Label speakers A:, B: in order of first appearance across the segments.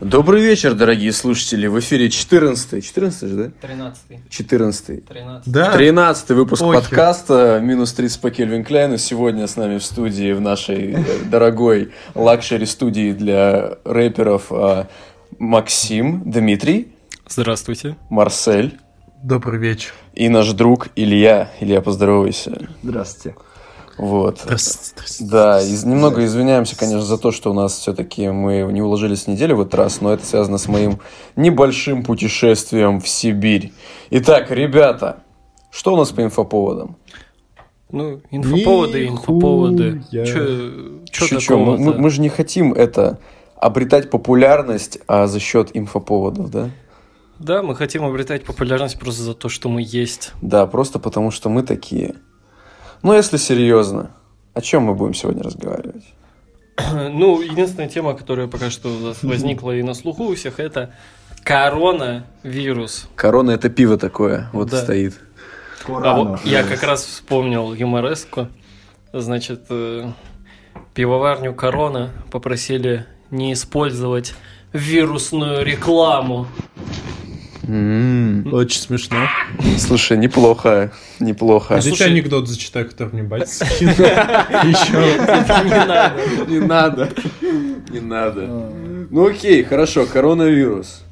A: Добрый вечер, дорогие слушатели. В эфире 14 14 же, да?
B: 13
A: 14
B: 13
C: Да?
A: 13 выпуск
C: Охер.
A: подкаста «Минус 30 по Кельвин Кляйну». Сегодня с нами в студии, в нашей э, дорогой лакшери-студии для рэперов э, Максим, Дмитрий,
D: Здравствуйте.
A: Марсель
C: Добрый вечер.
A: и наш друг Илья. Илья, поздоровайся.
E: Здравствуйте.
A: Вот.
C: Здравствуйте. здравствуйте.
A: Да, из- немного извиняемся, конечно, за то, что у нас все-таки мы не уложились в неделю в этот раз, но это связано с моим небольшим путешествием в Сибирь. Итак, ребята, что у нас по инфоповодам?
D: Ну, инфоповоды, инфоповоды. Че,
A: Шучу,
D: че
A: мы,
D: такого
A: мы- мы же не хотим это обретать популярность а, за счет инфоповодов, да?
D: Да, мы хотим обретать популярность просто за то, что мы есть.
A: Да, просто потому что мы такие. Но если серьезно, о чем мы будем сегодня разговаривать?
D: Ну, единственная тема, которая пока что у нас возникла и на слуху у всех, это коронавирус.
A: Корона это пиво такое, вот
D: Да.
A: стоит.
D: А вот я как раз вспомнил юмореску. Значит, э, пивоварню Корона попросили не использовать вирусную рекламу.
B: М-м.
A: М,
C: Очень смешно.
A: Слушай, неплохо, неплохо.
D: А,
C: А Дайте
D: слушай-
C: анекдот зачитай, который мне батя скинул. Еще.
D: Не надо.
A: Не надо. Не надо. Ну окей, хорошо, коронавирус.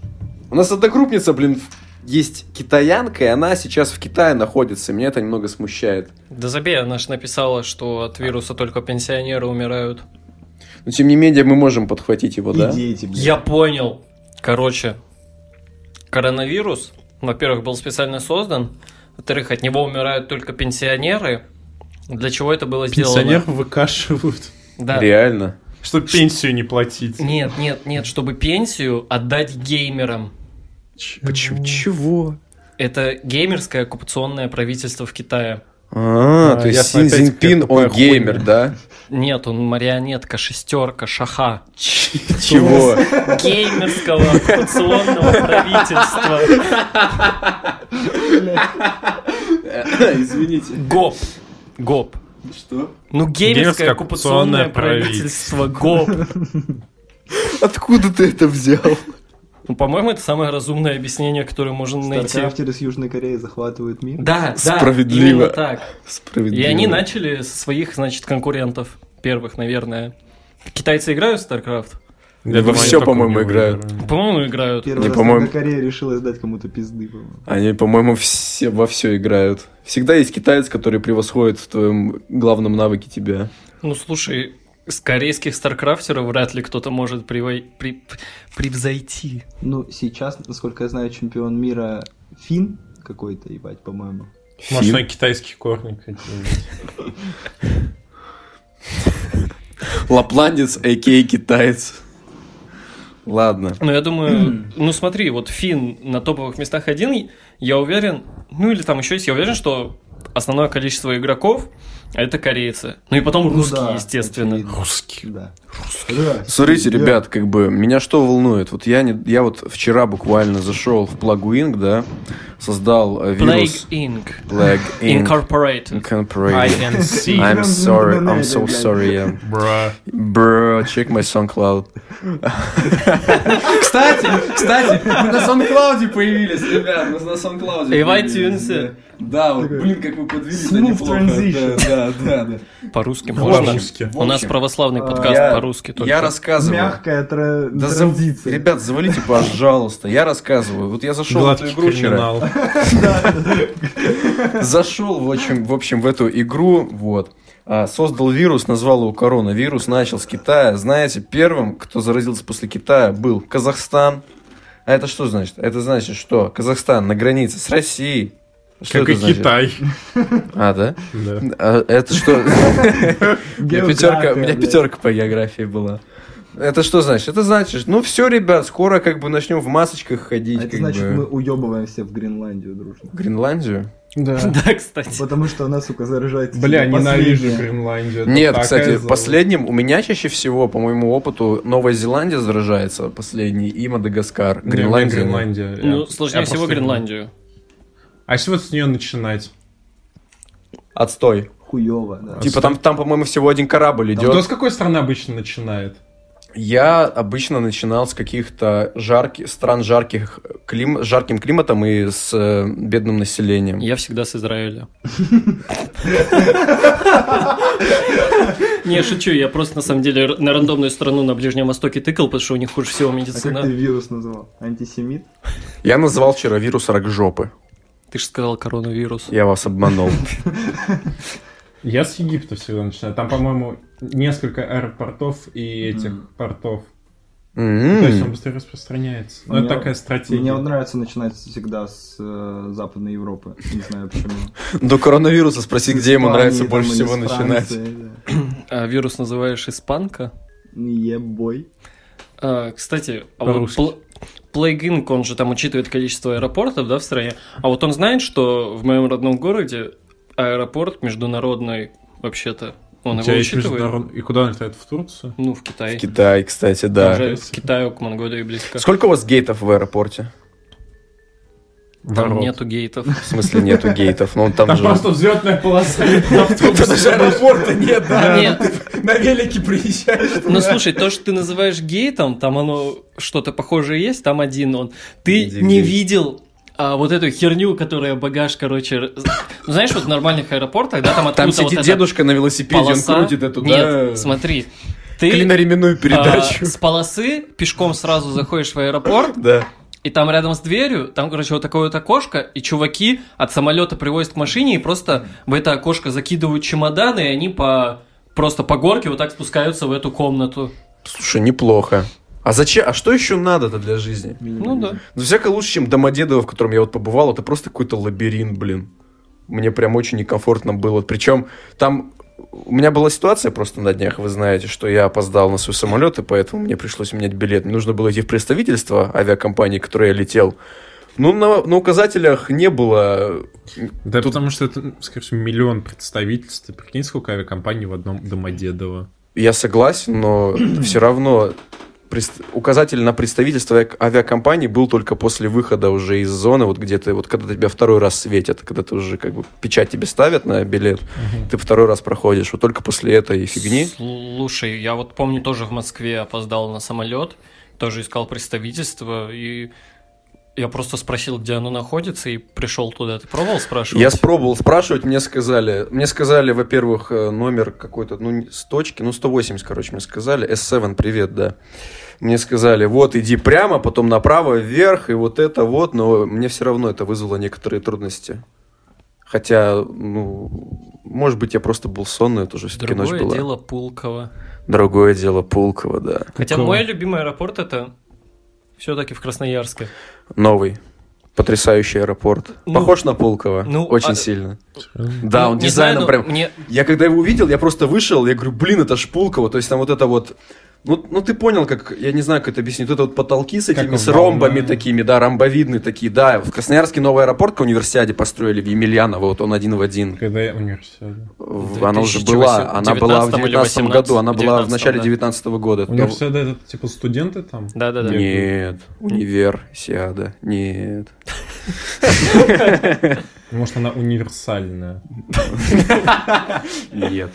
A: У нас одногруппница, блин, в- есть китаянка, и она сейчас в Китае находится. и Меня это немного смущает.
D: Да забей, она же написала, что от вируса только пенсионеры умирают.
A: Но тем не менее, мы можем подхватить его, да?
D: Я понял. Короче, коронавирус, во-первых, был специально создан, во-вторых, от него умирают только пенсионеры. Для чего это было сделано?
C: Пенсионеров выкашивают.
D: Да.
A: Реально.
C: Чтобы пенсию не платить.
D: Нет, нет, нет, чтобы пенсию отдать геймерам.
A: Почему? Чего?
D: Это геймерское оккупационное правительство в Китае.
A: А,
C: А,
A: то есть
C: ясно,
A: Син
C: опять
A: Цзиньпин,
C: какая-то
A: он
C: хуйня.
A: геймер, да?
D: Нет, он марионетка, шестерка, шаха.
A: Чего?
D: Геймерского оккупационного правительства.
A: Извините.
D: ГОП. ГОП.
A: Что?
D: Ну, геймерское
C: Геймерское
D: оккупационное
C: оккупационное
D: правительство ГОП.
A: Откуда ты это взял?
D: Ну, по-моему, это самое разумное объяснение, которое можно найти.
E: Старкрафтеры с Южной Кореи захватывают мир.
D: Да, да,
A: Справедливо.
D: именно так. И
A: Справедливо.
D: они начали со своих, значит, конкурентов. Первых, наверное. Китайцы играют в StarCraft?
A: Во всё, по-моему, играют.
D: По-моему, играют.
E: Первый
A: Не,
E: раз
A: по-моему-
E: Южная Корея решила сдать кому-то пизды, по-моему.
A: Они, по-моему, все во все играют. Всегда есть китаец, который превосходит в твоем главном навыке тебя.
D: Ну, слушай, с корейских старкрафтеров вряд ли кто-то может привой- при- превзойти.
E: Ну, сейчас, насколько я знаю, чемпион мира Фин какой-то, ебать, по-моему.
C: Может,
A: Фин.
C: на китайский корни какие-нибудь.
A: Лапландец, а.к.а. китаец. Ладно.
D: Ну, я думаю, ну смотри, вот Финн на топовых местах один, я уверен, ну или там еще есть, я уверен, что основное количество игроков это корейцы. Ну и потом
E: Ну
D: русские,
E: да,
D: естественно.
E: очевидно.
C: Русский.
E: Да. Да,
A: Смотрите,
E: я-
A: ребят, как бы меня что волнует? Вот я не, я вот вчера буквально зашел в Plugwing, да, создал э, вирус
D: Plague Inc.
A: Plague Inc.
D: Incorporated.
A: Incorporated.
C: INC.
A: I'm sorry, I'm so sorry. yeah.
C: Бра.
A: Bro, check my SoundCloud.
D: Кстати, кстати,
A: Мы на SoundCloud появились, ребят, мы на SoundCloud.
D: И в появились, iTunes.
A: Да,
E: вот, блин,
A: как вы подвели.
E: да, Smooth неплохо. transition.
A: Да, да, да.
D: по-русски можно.
C: По-русски.
D: У нас православный
E: а,
D: подкаст
A: я-
D: по-русски только.
A: Я рассказываю.
E: Мягкая тра-
A: Да за-
E: транзиция.
A: Ребят, завалите, пожалуйста. Я рассказываю. Вот я зашел в эту
C: Гладкий
A: игру вчера.
C: криминал.
A: Зашел, в общем, в общем, в эту игру, вот. А, Создал вирус, назвал его коронавирус, начал с Китая. Знаете, первым, кто заразился после Китая, был Казахстан. А это что значит? Это значит, что Казахстан на границе с Россией. Что
C: Как
A: это
C: и
A: значит?
C: Китай.
A: А, да?
C: Да.
A: А, это что? У меня пятерка, у меня
E: География, да.
A: пятерка по географии была. Это что значит? Это значит, ну все, ребят, скоро как бы начнем в масочках ходить.
E: А Это
A: как
E: значит,
A: бы.
E: мы уебываемся в Гренландию, дружно.
A: Гренландию?
C: Да.
D: Да, кстати.
E: Потому что нас, сука, заражает.
C: Бля,
E: типа,
C: ненавижу
E: последняя.
C: Гренландию. Это
A: Нет,
C: такая
A: кстати,
C: злость.
A: последним у меня чаще всего, по моему опыту, Новая Зеландия заражается последний и Мадагаскар.
C: Не, у меня
A: Гренландия.
C: Гренландия.
D: Ну,
C: Я-
D: сложнее
C: я
D: всего
C: просто-
D: Гренландию.
C: А если вот с нее начинать?
A: Отстой.
E: Хуёво, да.
C: А
A: Типа там, там, по-моему, всего один корабль
C: Кто
A: идет.
C: с какой страны обычно начинает?
A: Я обычно начинал с каких-то жарких стран жарких клим, с жарким климатом и с э, бедным населением.
D: Я всегда с Израиля. Не, шучу, я просто на самом деле р- на рандомную страну на Ближнем Востоке тыкал, потому что у них хуже всего
E: А как ты
D: медицина.
E: вирус назвал? Антисемит?
A: Я называл вчера вирус рак жопы.
D: Ты же сказал коронавирус.
A: Я вас обманул.
C: Я с Египта всегда начинаю. Там, по-моему, несколько аэропортов и этих
E: Мгм.
C: портов. Ну, То есть он
A: М.
C: быстрее распространяется. Ну,
E: Мне
C: это такая
E: вот-
C: стратегия.
E: Мне вот нравится начинать всегда с э, Западной Европы. Не знаю почему.
A: До коронавируса спроси, где ему
E: Испании
A: нравится
E: там
A: больше
E: или
A: всего
E: с
A: начинать.
E: Франции, да.
D: А вирус называешь испанка?
E: Ебой.
D: А, кстати, а вот
C: По-русски.
D: пл- Plague Inc., он же там учитывает количество аэропортов, да, в стране. А вот он знает, что в моем родном городе аэропорт международный, вообще-то, он
C: У тебя
D: его
C: еще
D: учитывает.
C: международ- И куда он летает? В Турцию?
D: Ну, в Китае.
A: Китай, кстати,
D: Там
A: да.
D: же к Китаю, к Монголии близко.
A: Сколько у вас гейтов в аэропорте?
D: Там
C: Ворот.
D: нету гейтов.
A: В смысле нету гейтов? Ну там
C: Там
A: же...
C: просто взлетная полоса.
A: Тут даже аэропорта нет, да? ну,
D: Нет,
A: На велике приезжаешь.
D: Ну слушай, то, что ты называешь гейтом, там оно что-то похожее есть, там один он. Ты
A: Иди в
D: не
A: гейт.
D: видел а, вот эту херню, которая багаж, короче, раз- ну, знаешь, вот в нормальных аэропортах, да, там откуда
A: Там сидит дедушка на велосипеде, он крутит эту, да,
D: Нет, смотри, ты
A: клиноременную
D: а,
A: передачу.
D: с полосы пешком сразу заходишь в аэропорт,
A: Да.
D: и там рядом с дверью, там, короче, вот такое вот окошко, и чуваки от самолета привозят к машине и просто в это окошко закидывают чемоданы, и они по просто по горке вот так спускаются в эту комнату.
A: Слушай, неплохо. А зачем? А что еще надо-то для жизни?
D: Ну да.
A: Ну, всяко лучше, чем Домодедово, в котором я вот побывал. Это просто какой-то лабиринт, блин. Мне прям очень некомфортно было. Причем там у меня была ситуация просто на днях, вы знаете, что я опоздал на свой самолет, и поэтому мне пришлось менять билет. Мне нужно было идти в представительство авиакомпании, в которой я летел. Ну, на, на указателях не было...
C: Да, потому что это, скорее всего, миллион представительств. Ты прикинь, сколько авиакомпаний в одном Домодедово.
A: Я согласен, но все равно пред- указатель на представительство авиак- авиакомпании был только после выхода уже из зоны, вот где ты, вот когда тебя второй раз светят, когда ты уже как бы печать тебе ставят на билет, ты второй раз проходишь, вот только после этой фигни.
D: Слушай, я вот помню, тоже в Москве опоздал на самолет, тоже искал представительство, и я просто спросил, где оно находится, и пришел туда. Ты пробовал спрашивать?
A: Я спробовал спрашивать, мне сказали, мне сказали, во-первых, э, номер какой-то, ну, не- с точки, ну, 180, короче, мне сказали, S7, привет, да. Мне сказали, вот, иди прямо, потом направо, вверх, и вот это вот, но мне все равно это вызвало некоторые трудности. Хотя, ну, может быть, я просто был сонный, это же все-таки ночь
D: Другое
A: была.
D: дело Пулково.
A: Другое дело Пулково, да.
D: Хотя
C: Пулково.
D: мой любимый аэропорт это все-таки в Красноярске.
A: Новый. Потрясающий аэропорт.
D: Ну,
A: Похож на Пулково.
D: ну,
A: Очень
D: а-
A: сильно. Да, он
D: Не знаю,
A: дизайном
D: но
A: прям...
D: Мне
A: Я когда его увидел, я просто вышел, я говорю, блин, это ж Пулково, то есть там вот это вот... Ну, ну ты понял, как, я не знаю, как это объяснить, вот это вот потолки с
C: Как
A: этими, с
C: волна.
A: ромбами такими, да, ромбовидные такие, да, в Красноярске новый аэропорт к универсиаде построили в Емельяново, вот он один в один.
C: Когда я универсиада.
A: В- Она уже была, она была в
D: 19-м или
A: 19 году, она
D: 18-м,
A: была в начале
D: да.
A: 19 года. Это-
C: Универсиада это типа студенты там?
D: Да-да-да.
C: Нет.
A: Нет, универсиада, нет.
C: Может, она универсальная. А
A: Нет.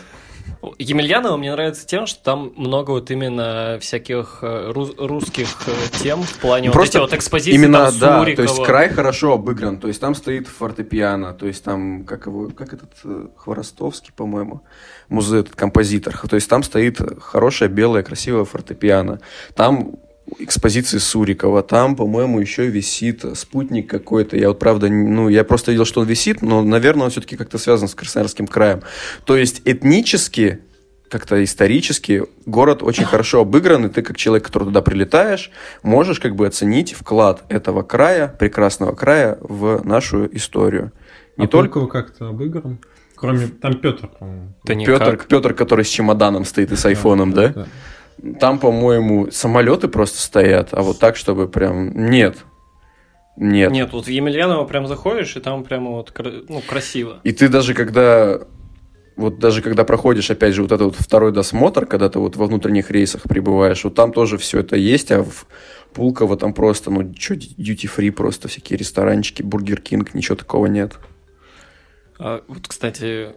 D: Емельяново мне нравится тем, что там много вот именно всяких э, рус- русских э, тем в плане
A: Просто
D: вот эти вот экспозиции
A: Именно,
D: там
A: да, то
D: Сурикова.
A: есть край хорошо обыгран, то есть там стоит фортепиано, то есть там, как его, как этот э, Хворостовский, по-моему, музей, этот композитор, то есть там стоит хорошее, белое, красивое фортепиано, там экспозиции Сурикова, там, по-моему, еще висит спутник какой-то, я вот, правда, н- ну, я просто видел, что он висит, но, наверное, он все-таки как-то связан с Красноярским краем, то есть этнически как-то исторически город очень хорошо обыгран, и ты, как человек, который туда прилетаешь, можешь как бы оценить вклад этого края, прекрасного края, в нашу историю. Не
C: а
A: только
C: только как-то обыгран. Кроме там Петр, по-моему.
D: Да никак.
A: Петр, Петр, который с чемоданом стоит и с айфоном, да? Там, по-моему, самолеты просто стоят, а вот так, чтобы прям... Нет. Нет.
D: Нет, вот в Емельяново прям заходишь, и там прямо вот кра- ну, красиво.
A: И ты даже когда... Вот даже когда проходишь, опять же, вот этот вот второй досмотр, когда ты вот во внутренних рейсах прибываешь, вот там тоже все это есть, а в Пулково там просто, ну, что дьюти-фри, просто всякие ресторанчики, Бургер Кинг, ничего такого нет.
D: А, вот, кстати,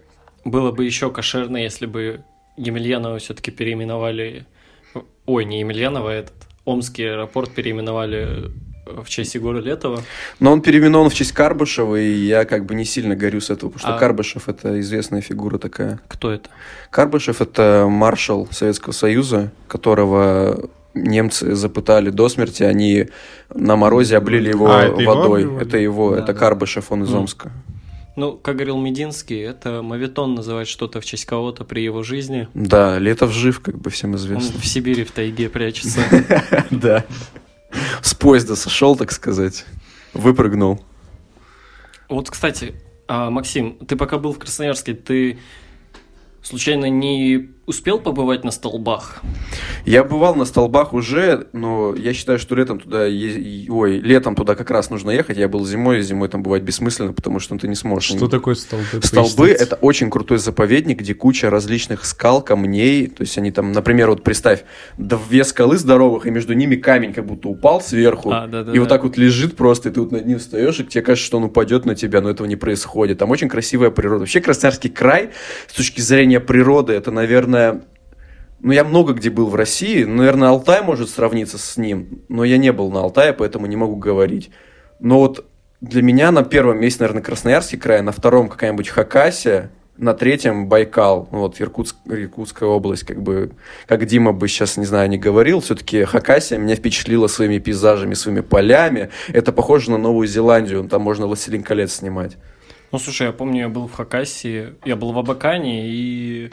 D: было бы еще кошерно, если бы Емельяново все-таки переименовали Ой, не Емельянова а этот. Омский аэропорт переименовали э, в честь Егора Летова.
A: Но он переименован в честь Карбышева, и я как бы не сильно горю с этого, потому что
D: А.
A: Карбышев – это известная фигура такая.
D: Кто это?
A: Карбышев – это маршал Советского Союза, которого немцы запытали до смерти, они на морозе облили его
C: А, это его
A: водой.
C: обливали?
A: это его,
E: Да,
A: это
E: да.
A: Карбышев, он из
D: Мгм.
A: Омска.
D: Ну, как говорил Мединский, это мавитон называть что-то в честь кого-то при его жизни.
A: Да, Летов жив, как бы всем
D: Он
A: известно.
D: в Сибири, в тайге прячется.
A: Да. С поезда сошел, так сказать. Выпрыгнул.
D: Вот, кстати, а, Максим, ты пока был в Красноярске, ты случайно не успел побывать на столбах?
A: Я бывал на столбах уже, но я считаю, что летом туда... е- Ой, летом туда как раз нужно ехать. Я был зимой, и зимой там бывать бессмысленно, потому что ты не сможешь...
C: Что такое столбы?
A: Столбы –
C: Поясните.
A: это очень крутой заповедник, где куча различных скал, камней. То есть они там, например, вот представь, две скалы здоровых, и между ними камень как будто упал сверху.
D: А, да, да,
A: и вот
D: да.
A: так вот лежит просто, и ты вот над ним встаешь, и тебе кажется, что он упадет на тебя, но этого не происходит. Там очень красивая природа. Вообще Красноярский край, с точки зрения природы, это, наверное... Ну, я много где был в России. Наверное, Алтай может сравниться с ним, но я не был на Алтае, поэтому не могу говорить. Но вот для меня на первом месте, наверное, Красноярский край, на втором какая-нибудь Хакасия, на третьем Байкал, Ну, вот Иркутск, Иркутская область, как бы, как Дима бы сейчас, не знаю, не говорил, все-таки Хакасия меня впечатлила своими пейзажами, своими полями, это похоже на Новую Зеландию, там можно «Властелин колец» снимать.
D: Ну, слушай, я помню, я был в Хакасии, я был в Абакане и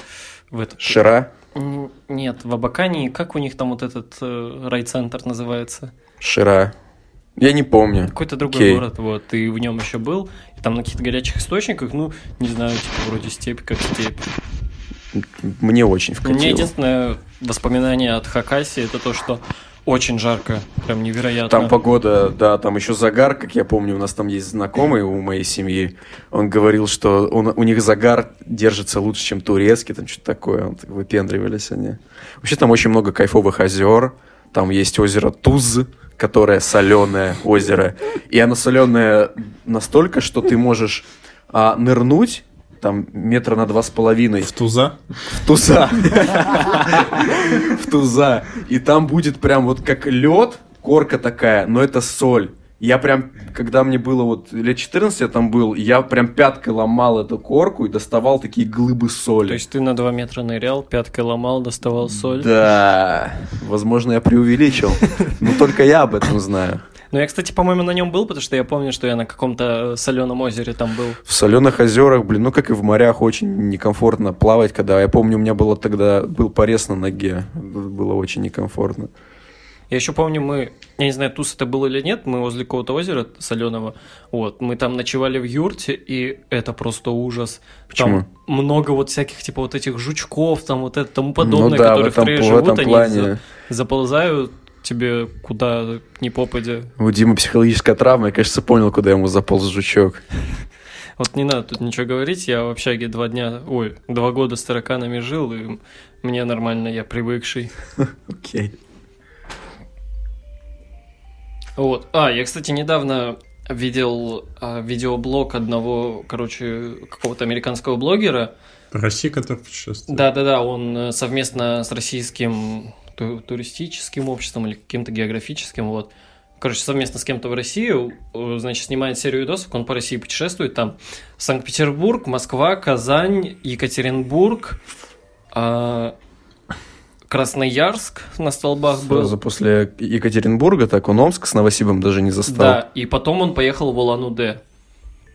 D: в этот...
A: Шира,
D: М, Нет, в Абакане, как у них там вот этот э, райцентр называется?
A: Шира, я не помню.
D: Какой-то другой
A: Окей.
D: город, вот, ты в нем еще был, и там на каких-то горячих источниках, ну, не знаю, типа вроде степь как степь.
A: Мне очень
D: У меня
A: вкатило.
D: единственное воспоминание от Хакасии, это то, что очень жарко, прям невероятно.
A: Там погода, да, там еще загар, как я помню, у нас там есть знакомый у моей семьи. Он говорил, что он- у них загар держится лучше, чем турецкий, там что-то такое. Он так выпендривались они. Вообще там очень много кайфовых озер. Там есть озеро Туз, которое соленое озеро. И оно соленое настолько, что ты можешь а, нырнуть там метра на два с половиной
C: В туза?
A: в туза. В туза. И там будет прям вот как лед, корка такая, но это соль. Я прям, когда мне было вот лет 14, я там был, я прям пяткой ломал эту корку и доставал такие глыбы соли.
D: То есть ты на 2 метра нырял, пяткой ломал, доставал соль.
A: Да, возможно, я преувеличил, но только я об этом знаю.
D: Но я, кстати, по-моему, на нем был, потому что я помню, что я на каком-то соленом озере там был.
A: В соленых озерах, блин, ну как и в морях, очень некомфортно плавать, когда, я помню, у меня было тогда, был порез на ноге, было очень некомфортно.
D: Я еще помню, мы, я не знаю, туз это был или нет, мы возле какого-то озера соленого, вот, мы там ночевали в юрте, и это просто ужас.
A: Почему?
D: Там много вот всяких, типа, вот этих жучков, там вот это тому подобное,
A: ну да, в
D: которые
A: этом,
D: втроём
A: в
D: живут,
A: этом
D: они
A: плане.
D: за- заползают тебе куда ни попадя.
A: У Димы психологическая травма, я, кажется, понял, куда ему заполз жучок.
D: Вот не надо тут ничего говорить, я в общаге два дня, ой, два года с тараканами жил, и мне нормально, я привыкший.
A: Окей.
D: Вот. А, я, кстати, недавно видел а, видеоблог одного, короче, какого-то американского блогера.
C: Россия, которая путешествует.
D: Да-да-да, он э, совместно с российским ту- туристическим обществом или каким-то географическим, вот. Короче, совместно с кем-то в Россию, э, значит, снимает серию видосов, он по России путешествует, там Санкт-Петербург, Москва, Казань, Екатеринбург, а, Красноярск на столбах был.
A: Сразу после Екатеринбурга, так он Омск с Новосибом даже не застал.
D: Да, и потом он поехал в Улан-Удэ.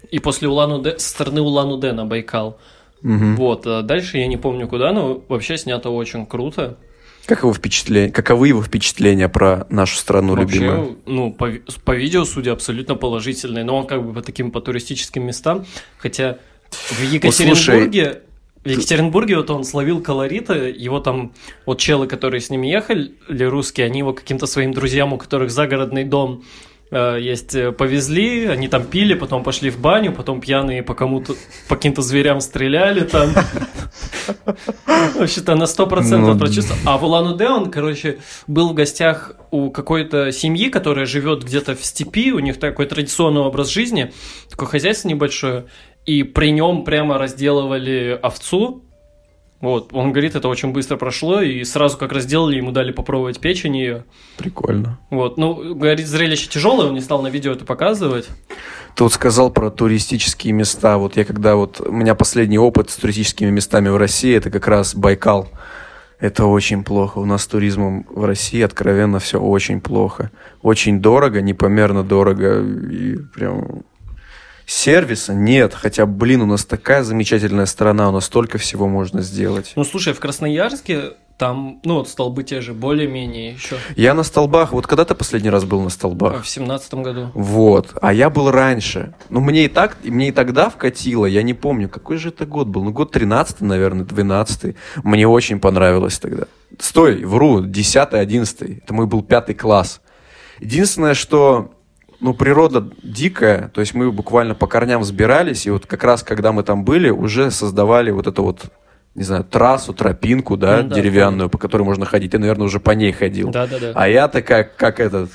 D: И после Улан-Удэ, со стороны Улан-Удэ на Байкал.
A: Мгм.
D: Вот, а дальше я не помню куда, но вообще снято очень круто.
A: Как его впечатление, каковы его впечатления про нашу страну
D: вообще,
A: любимую?
D: ну, по, ви- по видео, судя, абсолютно положительные, но он как бы по таким, по туристическим местам, хотя в Екатеринбурге... в Екатеринбурге вот он словил колорита, его там вот челы, которые с ним ехали, русские, они его каким-то своим друзьям, у которых загородный дом э, есть, э, повезли, они там пили, потом пошли в баню, потом пьяные по кому-то, по каким-то зверям стреляли там. Вообще-то на 100%
A: Ну,
D: прочувствовал. А в Улан-Удэ он, короче, был в гостях у какой-то семьи, которая живет где-то в степи, у них такой традиционный образ жизни, такое хозяйство небольшое, и при нем прямо разделывали овцу, Вот, он говорит, это очень быстро прошло, и сразу как раз сделали, ему дали попробовать печень ее.
A: Прикольно.
D: Вот, ну, говорит, зрелище тяжелое, он не стал на видео это показывать.
A: Ты вот сказал про туристические места. Вот я когда вот... У меня последний опыт с туристическими местами в России, это как раз Байкал. Это очень плохо. У нас с туризмом в России откровенно все очень плохо. Очень дорого, непомерно дорого. И прям сервиса нет. Хотя, блин, у нас такая замечательная страна, у нас столько всего можно сделать.
D: Ну, слушай, в Красноярске там, ну, вот столбы те же, более-менее еще.
A: Я на столбах. Вот когда ты последний раз был на столбах?
D: В семнадцатом году.
A: Вот. А я был раньше. Ну, мне и так, и мне и тогда вкатило, я не помню, какой же это год был. Ну, год 13 наверное, 12 Мне очень понравилось тогда. Стой, вру, 10 11 Это мой был пятый класс. Единственное, что ну, природа дикая, то есть мы буквально по корням взбирались, и вот как раз, когда мы там были, уже создавали вот эту вот, не знаю, трассу, тропинку, да,
D: Ну да,
A: деревянную, по которой можно ходить. Ты, наверное, уже по ней ходил.
D: Да-да-да.
A: А я-то как, как этот,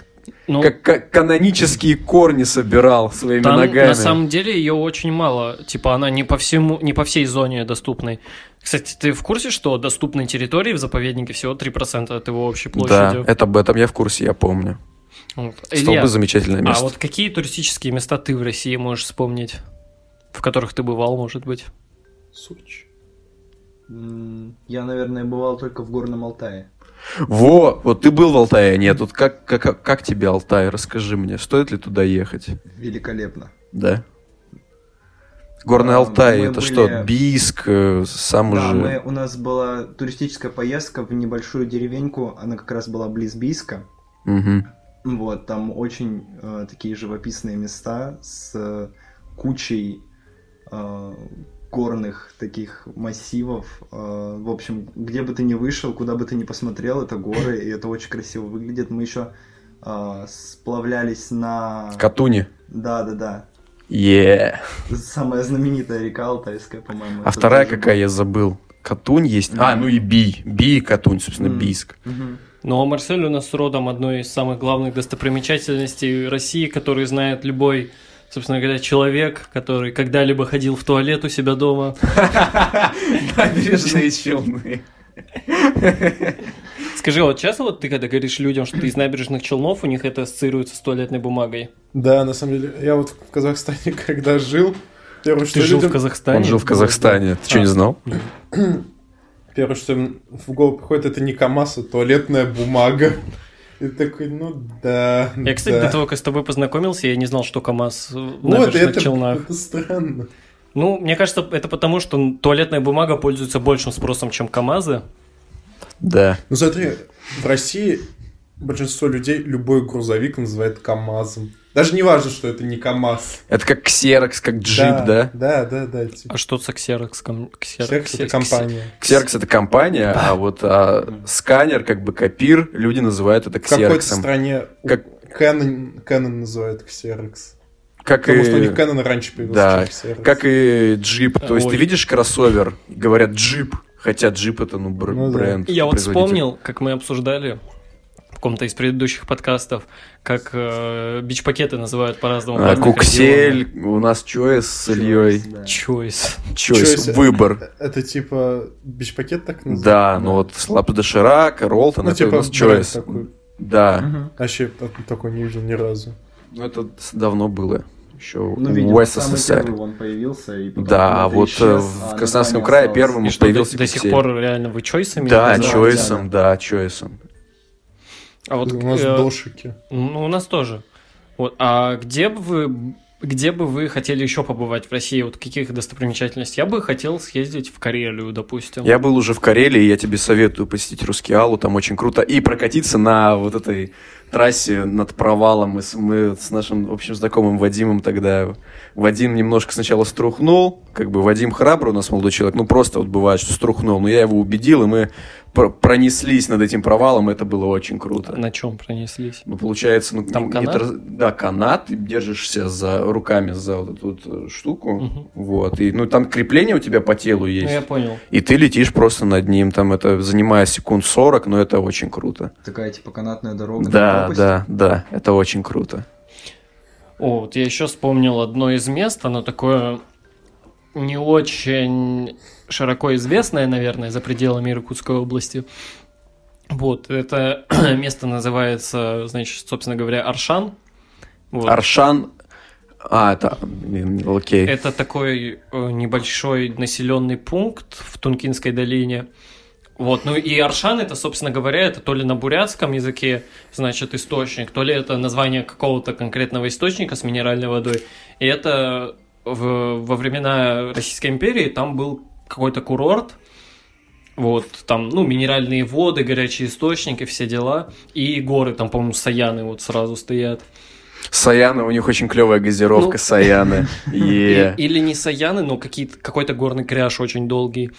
D: Ну,
A: как, как канонические корни собирал своими
D: там,
A: ногами.
D: на самом деле, ее очень мало. Типа, она не по, всему, не по всей зоне доступной. Кстати, ты в курсе, что доступной территории в заповеднике всего 3% от его общей
A: Да,
D: площади?
A: это об этом я в курсе, я помню.
D: Вот. Илья,
A: Столбы замечательное место.
D: А вот какие туристические места ты в России можешь вспомнить? В которых ты бывал, может быть?
C: Сочи.
E: М, Я, наверное, бывал только в Горном Алтае.
A: Во, вот ты был в Алтае, нет, вот как, как, как тебе Алтай, расскажи мне, стоит ли туда ехать?
E: Великолепно.
A: Да. Горный
E: А,
A: Алтай,
E: мы
A: это
E: были-
A: что, Бийск, э, сам
E: Да,
A: же...
E: мы, у нас была туристическая поездка в небольшую деревеньку, она как раз была близ Бийска.
A: Мгм.
E: Вот, там очень э, такие живописные места с э, кучей э, горных таких массивов. Э, в общем, где бы ты ни вышел, куда бы ты ни посмотрел, это горы, и это очень красиво выглядит. Мы еще э, сплавлялись на...
A: Катуни.
E: Да-да-да.
A: Е.
E: Самая знаменитая река Алтайская, по-моему.
A: А
E: это
A: вторая
E: даже
A: какая, я забыл. Катунь есть? А, ну и Бий. Бий и Катунь, собственно,
E: Мгм.
A: Бийск.
E: было. Мгм.
D: Ну, а Марсель у нас родом одной из самых главных достопримечательностей России, которую знает любой, собственно говоря, человек, который когда-либо ходил в туалет у себя дома.
A: Набережные Челны.
D: Скажи, а вот часто вот ты когда говоришь людям, что ты из набережных Челнов, у них это ассоциируется с туалетной бумагой?
B: Да, на самом деле, я вот в Казахстане, когда жил, первое, что
D: Ты жил в
B: людям-
D: Казахстане?
A: Он жил в Казахстане, ты что,
B: А.
A: не знал?
B: Первое, что им в голову приходит, это не КамАЗ, а туалетная бумага. И такой, ну да.
D: Я, кстати,
B: да. Ну,
D: до того, как с тобой познакомился, я не знал, что КАМАЗ в
B: вот,
D: набережных
B: это,
D: Челнах.
B: это странно.
D: Ну, мне кажется, это потому, что туалетная бумага пользуется большим спросом, чем КАМАЗы.
A: Да.
B: Ну смотри, в России большинство людей любой грузовик называет КамАЗом. Даже не важно, что это не КамАЗ.
A: Это как ксерокс, как джип, да?
B: Да, да, да. типа.
D: А что со Xerox? ком- Xerox-
B: Ксерокс это
D: Xerox-
B: компания.
A: Ксерокс это компания, а вот а, сканер, как бы копир, люди называют это
B: В какой-то
A: ксероксом.
B: стране
A: Как-
B: Canon, Canon называют Ксерокс.
A: Как
B: Потому что у них
A: и,
B: Canon раньше появился,
A: да,
B: чем Xerox.
A: как и джип. То есть ты
D: Ой.
A: видишь кроссовер, говорят джип, хотя джип это ну, бр-
B: Ну да.
A: бренд.
D: Я вот
A: производитель.
D: вспомнил, как мы обсуждали в каком-то из предыдущих подкастов, как э, бич-пакеты называют по-разному. в
A: А,
D: разных регионах.
A: Куксель, у нас Чойс с Ильей.
E: Да.
D: Choice.
A: Чойс,
B: Choice.
A: выбор.
B: Это типа бич-пакет так называется?
A: Да, ну вот Слаб Доширак, Ролтон,
B: Ну,
A: это у
B: типа,
A: нас
B: бренд
A: Чойс.
B: такой.
A: Да,
B: Вообще так- такого не видел ни разу.
A: ну это с- давно было. Еще
E: Ну,
A: в
E: видимо, самый
A: СССР.
E: первый он появился. И потом
A: Да, а
E: куда-то
A: вот э,
E: исчез, а
A: в
E: название
A: Краснодарском крае
E: осталось.
A: первым
D: И Ну, что, до,
A: появился
D: до сих
A: куксель.
D: пор реально вы чойсами?
A: Да,
E: Да,
A: Чойсом, да, Чойсом.
D: А вот,
B: у нас
D: э,
B: дошики.
D: ну, у нас тоже. Вот. А где бы вы где бы вы хотели еще побывать в России? Вот каких достопримечательностей? Я бы хотел съездить в Карелию, допустим.
A: Я был уже в Карелии, я тебе советую посетить Русский Алу, там очень круто. И прокатиться на вот этой трассе над провалом. Мы с, мы с нашим общим знакомым Вадимом тогда... Вадим немножко сначала струхнул, как бы Вадим храбрый у нас молодой человек, ну просто вот бывает, что струхнул, но я его убедил, и мы пр- пронеслись над этим провалом, это было очень круто.
D: На чем пронеслись?
A: Ну, получается, ну,
D: Там
A: не
D: канат?
A: тор- да, канат, ты держишься за руками за вот эту вот э, штуку,
D: Мгм.
A: вот, и, ну, там крепление у тебя по телу есть.
D: Ну, я понял.
A: И ты летишь просто над ним, там это занимает секунд 40, но это очень круто.
E: Такая типа канатная дорога. на
A: Да,
E: пропасть.
A: да, да, это очень круто.
D: О, вот я еще вспомнил одно из мест, оно такое не очень широко известное, наверное, за пределами Иркутской области. Вот, это место называется, значит, собственно говоря, Аршан. Вот.
A: Аршан. А, это... блин, Окей.
D: Это такой э, небольшой населенный пункт в Тункинской долине. Вот, ну и Аршан это, собственно говоря, это то ли на бурятском языке, значит, источник, то ли это название какого-то конкретного источника с минеральной водой. И это в- во времена Российской империи там был какой-то курорт, вот, там, ну, минеральные воды, горячие источники, все дела. И горы, там, по-моему, Саяны вот сразу стоят.
A: Саяна, у них очень клевая газировка
D: Ну.
A: Саяны.
D: И-
A: Е.
D: или не Саяны, но какие-то, какой-то горный кряж очень долгий.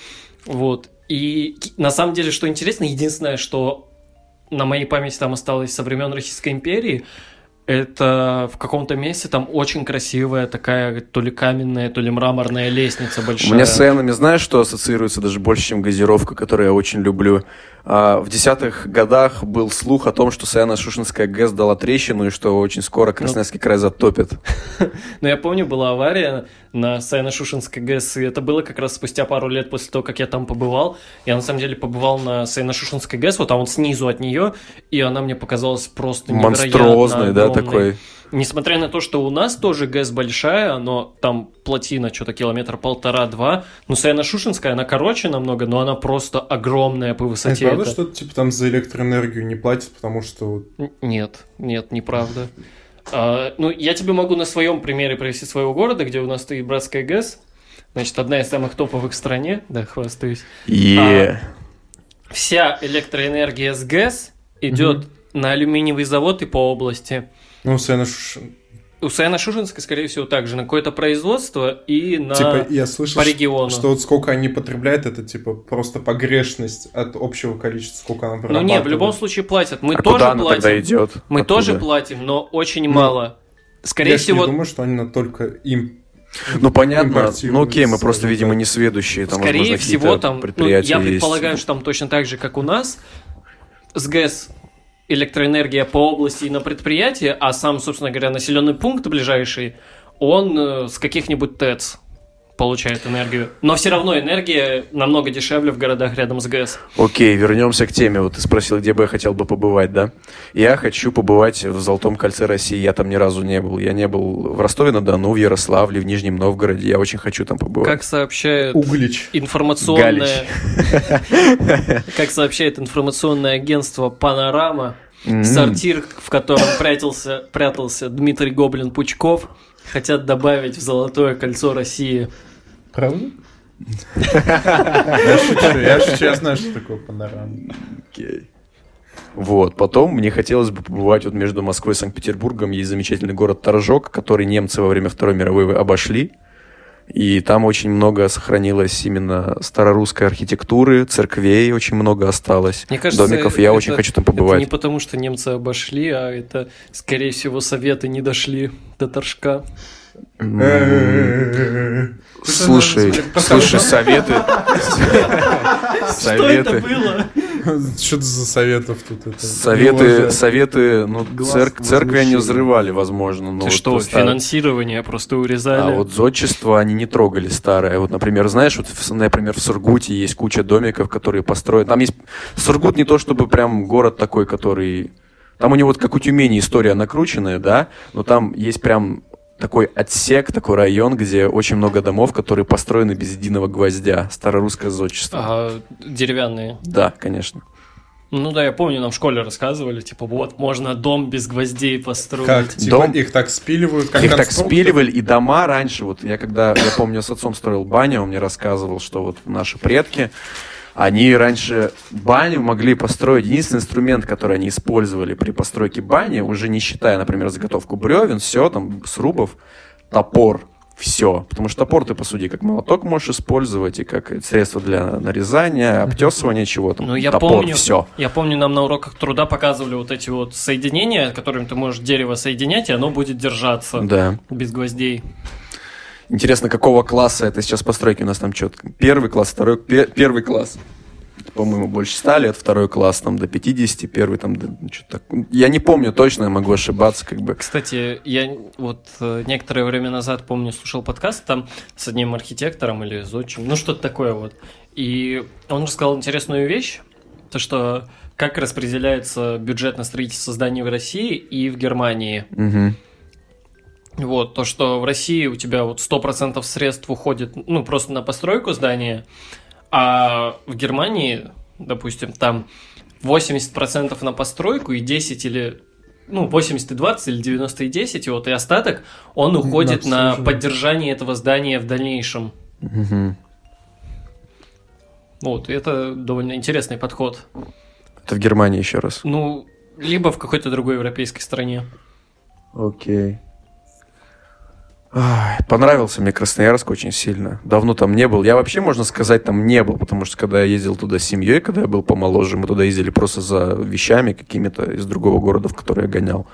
D: Вот. И ки- на самом деле, что интересно, единственное, что на моей памяти там осталось со времен Российской империи, это в каком-то месте там очень красивая такая то ли каменная, то ли мраморная лестница
A: У
D: большая.
A: меня с Саянами знаешь, что ассоциируется даже больше, чем газировка, которую я очень люблю. А, В десятых годах был слух о том, что Саяна Шушинская ГЭС дала трещину и что очень
D: Ну,
A: скоро Красноярский край затопит.
D: Но Ну, я помню, была авария на Сайно-Шушенской ГЭС, и это было как раз спустя пару лет после того, как я там побывал. Я на самом деле побывал на Сайно-Шушенской ГЭС, вот там вот снизу от нее, и она мне показалась просто невероятно
A: Монструозный, да,
D: огромной.
A: такой.
D: Несмотря на то, что у нас тоже ГЭС большая, но там плотина что-то километра полтора-два, но Саяна-Шушенская, она короче намного, но она просто огромная по
B: А это
D: высоте.
B: правда,
D: Это-
B: что типа там за электроэнергию не платят, потому что
D: Н- Нет, нет, неправда. А, ну, я тебе могу на своем примере привести своего города, где у нас стоит братская ГЭС. Значит, одна из самых топовых в стране, да, хвастаюсь. А,
A: Е.
D: Вся электроэнергия с ГЭС идет на алюминиевый завод и по области.
B: ну, Саяна Шушин-
D: У Саяна Шушинска, скорее всего, также на какое-то производство и на
B: Типа, я слышал,
D: по
B: что-
D: региону.
B: что вот сколько они потребляют, это типа просто погрешность от общего количества, сколько она
D: Ну не, в любом случае платят. Мы
A: А
D: тоже
A: куда она
D: платим.
A: тогда идет?
D: Мы
A: Откуда?
D: тоже платим, но очень
B: Ну,
D: мало. Скорее
B: Я ж
D: всего,
B: не думаю, что они на только им.
A: Ну, понятно. Ну,
B: импортируют
A: окей, мы просто,
B: сразу,
A: видимо,
B: да.
A: не сведущие. Там,
D: Скорее
A: возможно,
D: всего,
A: какие-то
D: там, ну,
A: предприятия
D: я
A: есть.
D: предполагаю, что там точно так же, как у нас, с ГЭС электроэнергия по области и на предприятие, а сам, собственно говоря, населенный пункт ближайший, он э, с каких-нибудь ТЭЦ получает энергию. Но все равно энергия намного дешевле в городах рядом с ГЭС.
A: Окей, вернемся к теме. Вот ты спросил, где бы я хотел бы побывать, да? Я хочу побывать в Золотом кольце России. Я там ни разу не был. Я не был в Ростове-на-Дону, в Ярославле, в Нижнем Новгороде. Я очень хочу там побывать.
D: Как сообщает
A: Угу.
B: Углич.
D: информационное... Как сообщает информационное агентство «Панорама»,
A: М.
D: Сортир, в котором прятался, прятался Дмитрий Гоблин Пучков, хотят добавить в Золотое кольцо России.
B: Правда? Я шучу, я шучу, я знаю, что такое панорама.
A: Окей. Вот, потом мне хотелось бы побывать вот между Москвой и Санкт-Петербургом. Есть замечательный город Торжок, который немцы во время Второй мировой обошли. И там очень много сохранилось именно старорусской архитектуры, церквей очень много осталось.
D: Мне кажется,
A: Домиков я
D: это-
A: очень хочу там
D: Это
A: побывать.
D: не потому, что немцы обошли, а это, скорее всего, советы не дошли до торжка.
A: М. Слушай, слушай, советы. Советы.
D: было?
B: Что это за советов тут? это?
A: Советы,
B: Приложат.
A: советы, ну,
E: Глаз
A: церк- церкви они
E: возмущения.
A: взрывали, возможно. ну,
D: Ты
A: вот
D: что,
A: просто-
D: финансирование просто урезали?
A: А вот зодчество они не трогали старое. Вот, например, знаешь, вот, в- например, в Сургуте есть куча домиков, которые построены. Там есть... Сургут не то, чтобы прям город такой, который... Там у него вот как у Тюмени история накрученная, да, но там есть прям такой отсек, такой район, где очень много домов, которые построены без единого гвоздя. Старорусское зодчество.
D: А, деревянные.
A: Да, конечно.
D: Ну да, я помню, нам в школе рассказывали, типа, вот, можно дом без гвоздей построить.
B: Как, типа,
A: Дом.
B: их так спиливают, как
A: Их так
B: конструктор?
A: спиливали, и дома раньше, вот я когда, я помню, с отцом строил баню, он мне рассказывал, что вот наши предки, они раньше баню могли построить, единственный инструмент, который они использовали при постройке бани, уже не считая, например, заготовку бревен, все, там, срубов, топор, все. Потому что топор ты, по сути, как молоток можешь использовать, и как средство для нарезания, обтесывания чего-то.
D: Ну, я
A: топор,
D: помню,
A: все.
D: я помню, нам на уроках труда показывали вот эти вот соединения, которыми ты можешь дерево соединять, и оно будет держаться
A: Да.
D: без гвоздей.
A: Интересно, какого класса это сейчас постройки у нас там четко? Первый класс, второй, пе- первый класс. по-моему, больше 100 лет, второй класс там до 50, первый там до... Что-то Я не помню точно, я могу ошибаться, как бы.
D: Кстати, я вот э, некоторое время назад, помню, слушал подкаст там с одним архитектором или зодчим, ну что-то такое вот. И он рассказал интересную вещь, то что как распределяется бюджет на строительство зданий в России и в Германии.
A: Мгм.
D: Вот, то, что в России у тебя вот 100% средств уходит, ну, просто на постройку здания, а в Германии, допустим, там 80% на постройку и 10 или, ну, 80 и 20 или 90 и 10, и вот и остаток, он уходит на
C: обслуживание.
D: поддержание этого здания в дальнейшем.
A: Мгм.
D: Вот, и это довольно интересный подход.
A: Это в Германии еще раз.
D: Ну, либо в какой-то другой европейской стране.
A: Окей. Ай, Понравился мне Красноярск очень сильно. Давно там не был. Я вообще, можно сказать, там не был, потому что когда я ездил туда с семьей, когда я был помоложе, мы туда ездили просто за вещами какими-то из другого города, в который я гонял.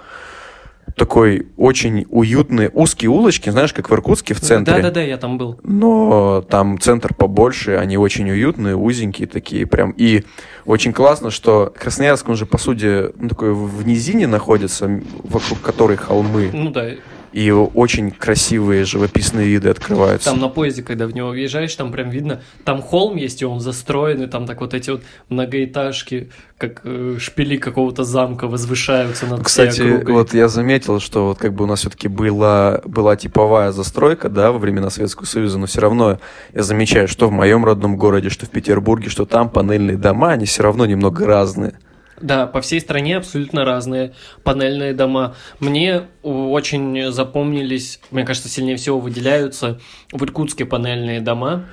A: Такой очень уютные узкие улочки, знаешь, как в Иркутске в центре.
D: Да-да-да, я там был.
A: Но там центр побольше, они очень уютные, узенькие такие прям. И очень классно, что Красноярск, он же, по сути, ну, такой в низине находится, м, вокруг которой холмы.
D: Ну да,
A: И очень красивые живописные виды открываются.
D: Там на поезде, когда в него въезжаешь, там прям видно, там холм есть, и он застроен, и там так вот эти вот многоэтажки, как э, шпили какого-то замка возвышаются над всей
A: Кстати,
D: округой.
A: вот я заметил, что вот как бы у нас все-таки была, была типовая застройка, да, во времена Советского Союза, но все равно я замечаю, что в моем родном городе, что в Петербурге, что там панельные дома, они все равно немного разные.
D: Да, по всей стране абсолютно разные панельные дома. Мне очень запомнились, мне кажется, сильнее всего выделяются в Иркутске панельные дома.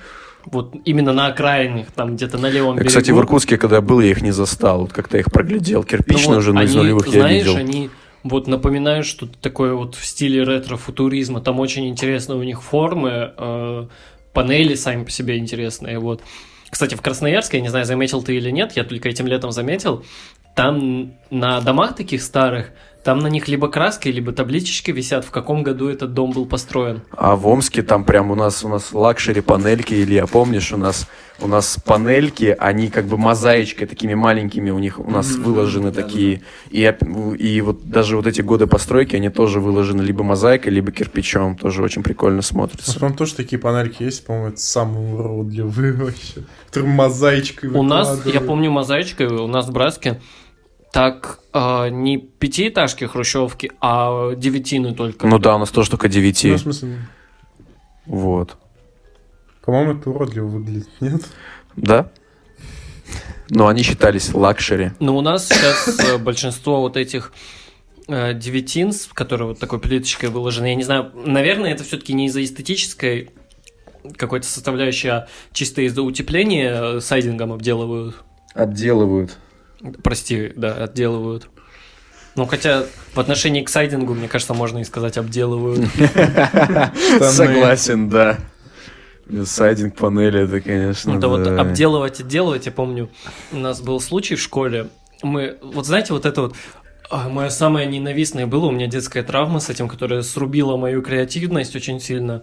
D: Вот именно на окраинах, там где-то на левом берегу.
A: Кстати, в Иркутске, когда я был, я их не застал. Вот как-то я их проглядел.
D: Ну
A: Кирпичные
D: вот
A: уже, но из
D: они,
A: нулевых я
D: знаешь,
A: видел.
D: они вот напоминают что-то такое вот в стиле ретро-футуризма. Там очень интересные у них формы, э, панели сами по себе интересные. Вот. Кстати, в Красноярске, я не знаю, заметил ты или нет, я только этим летом заметил, там на домах таких старых, там на них либо краски, либо табличечки висят, в каком году этот дом был построен.
A: А в Омске там прям у нас у нас лакшери панельки, Илья, помнишь, у нас у нас панельки, они как бы мозаичкой такими маленькими у них у нас
E: Мгм,
A: выложены
E: да-да-да.
A: такие и оп- и вот даже вот эти годы постройки они тоже выложены либо мозаикой, либо кирпичом, тоже очень прикольно
B: В
A: смотрится.
B: основном тоже такие панельки есть, по-моему, это самые уродливые вообще. Которые мозаичкой
D: У нас, я
B: выкладывают.
D: помню, мозаичкой, у нас в Братске так э, не пятиэтажки хрущевки, а девятины только.
A: Ну да, у нас тоже только
B: Ну,
A: девяти.
B: в смысле,
A: Вот.
B: по-моему, это уродливо выглядит, нет?
A: Да? Но они считались лакшери.
D: Но Ну, у нас сейчас э, большинство вот этих э, девятин, с- которые вот такой плиточкой выложены, я не знаю, наверное, это все-таки не из-за эстетической какой-то составляющей, а чисто из-за утепления э, сайдингом обделывают.
A: Отделывают.
D: Прости, да, отделывают. Ну, хотя в отношении к сайдингу, мне кажется, можно и сказать обделывают.
A: Согласен, да. Сайдинг панели, это, конечно,
D: Ну, да вот обделывать, отделывать, я помню, у нас был случай в школе. Мы, вот знаете, вот это вот а, мое самое ненавистное было, у меня детская травма с этим, которая срубила мою креативность очень сильно.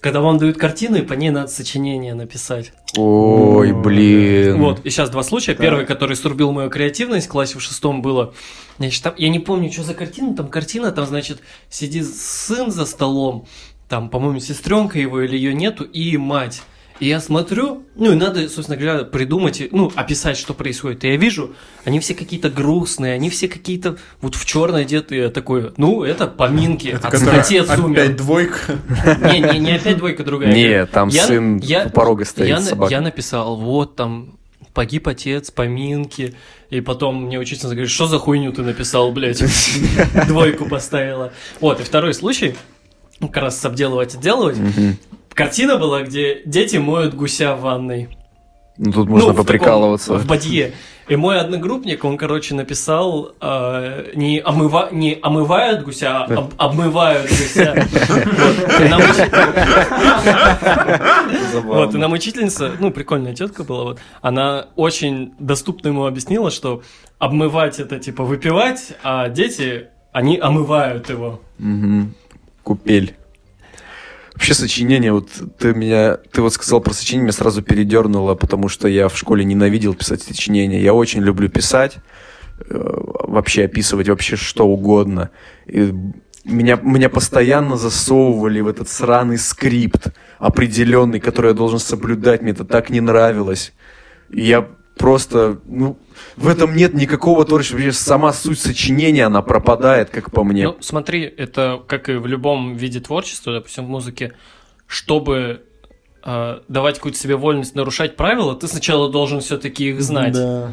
D: Когда вам дают картину, и по ней надо сочинение написать.
A: Ой, блин.
D: Вот, и сейчас два случая. Первый, который срубил мою креативность в классе в шестом было. Значит, там, я не помню, что за картина, там картина, там, значит, сидит сын за столом, там, по-моему, сестренка его или ее нету, и мать. И я смотрю, ну и надо, собственно говоря, придумать, и, ну, описать, что происходит. И я вижу, они все какие-то грустные, они все какие-то вот в черное одеты. Я такой, ну, это поминки, от
B: Которая
D: отец
B: Опять
D: умер.
B: двойка.
D: Не, не, не опять двойка другая.
A: Не, там
D: Я-
A: сын
D: я-
A: у порога стоит
D: я, на-
A: собака.
D: я написал, вот там погиб отец, поминки, и потом мне учительница говорит, что за хуйню ты написал, блядь, двойку поставила. Вот, и второй случай, как раз с обделывать отделывать.
A: Мгм.
D: Картина была, где дети моют гуся в ванной.
A: Ну, тут можно
D: Ну, в таком-
A: поприкалываться.
D: В бадье. И мой одногруппник, он, короче, написал э, не, омыва... не омывают гуся, а об- обмывают гуся. Вот. И нам учитель- Вот, и нам учительница, ну, прикольная тетка была, вот, она очень доступно ему объяснила, что обмывать это типа выпивать, а дети, они омывают его.
A: Мгм. Купель. Вообще сочинение, вот ты меня, ты вот сказал про сочинение, меня сразу передернуло, потому что я в школе ненавидел писать сочинения. Я очень люблю писать, э, вообще описывать вообще что угодно. И меня, меня постоянно засовывали в этот сраный скрипт определенный, который я должен соблюдать. Мне это так не нравилось. И Я просто, ну, в этом нет никакого творчества. Вообще Сама суть сочинения, она пропадает, как по мне.
D: Ну, смотри, это как и в любом виде творчества, допустим, в музыке, чтобы э, давать какую-то себе вольность нарушать правила, ты сначала должен все-таки их знать.
B: Да.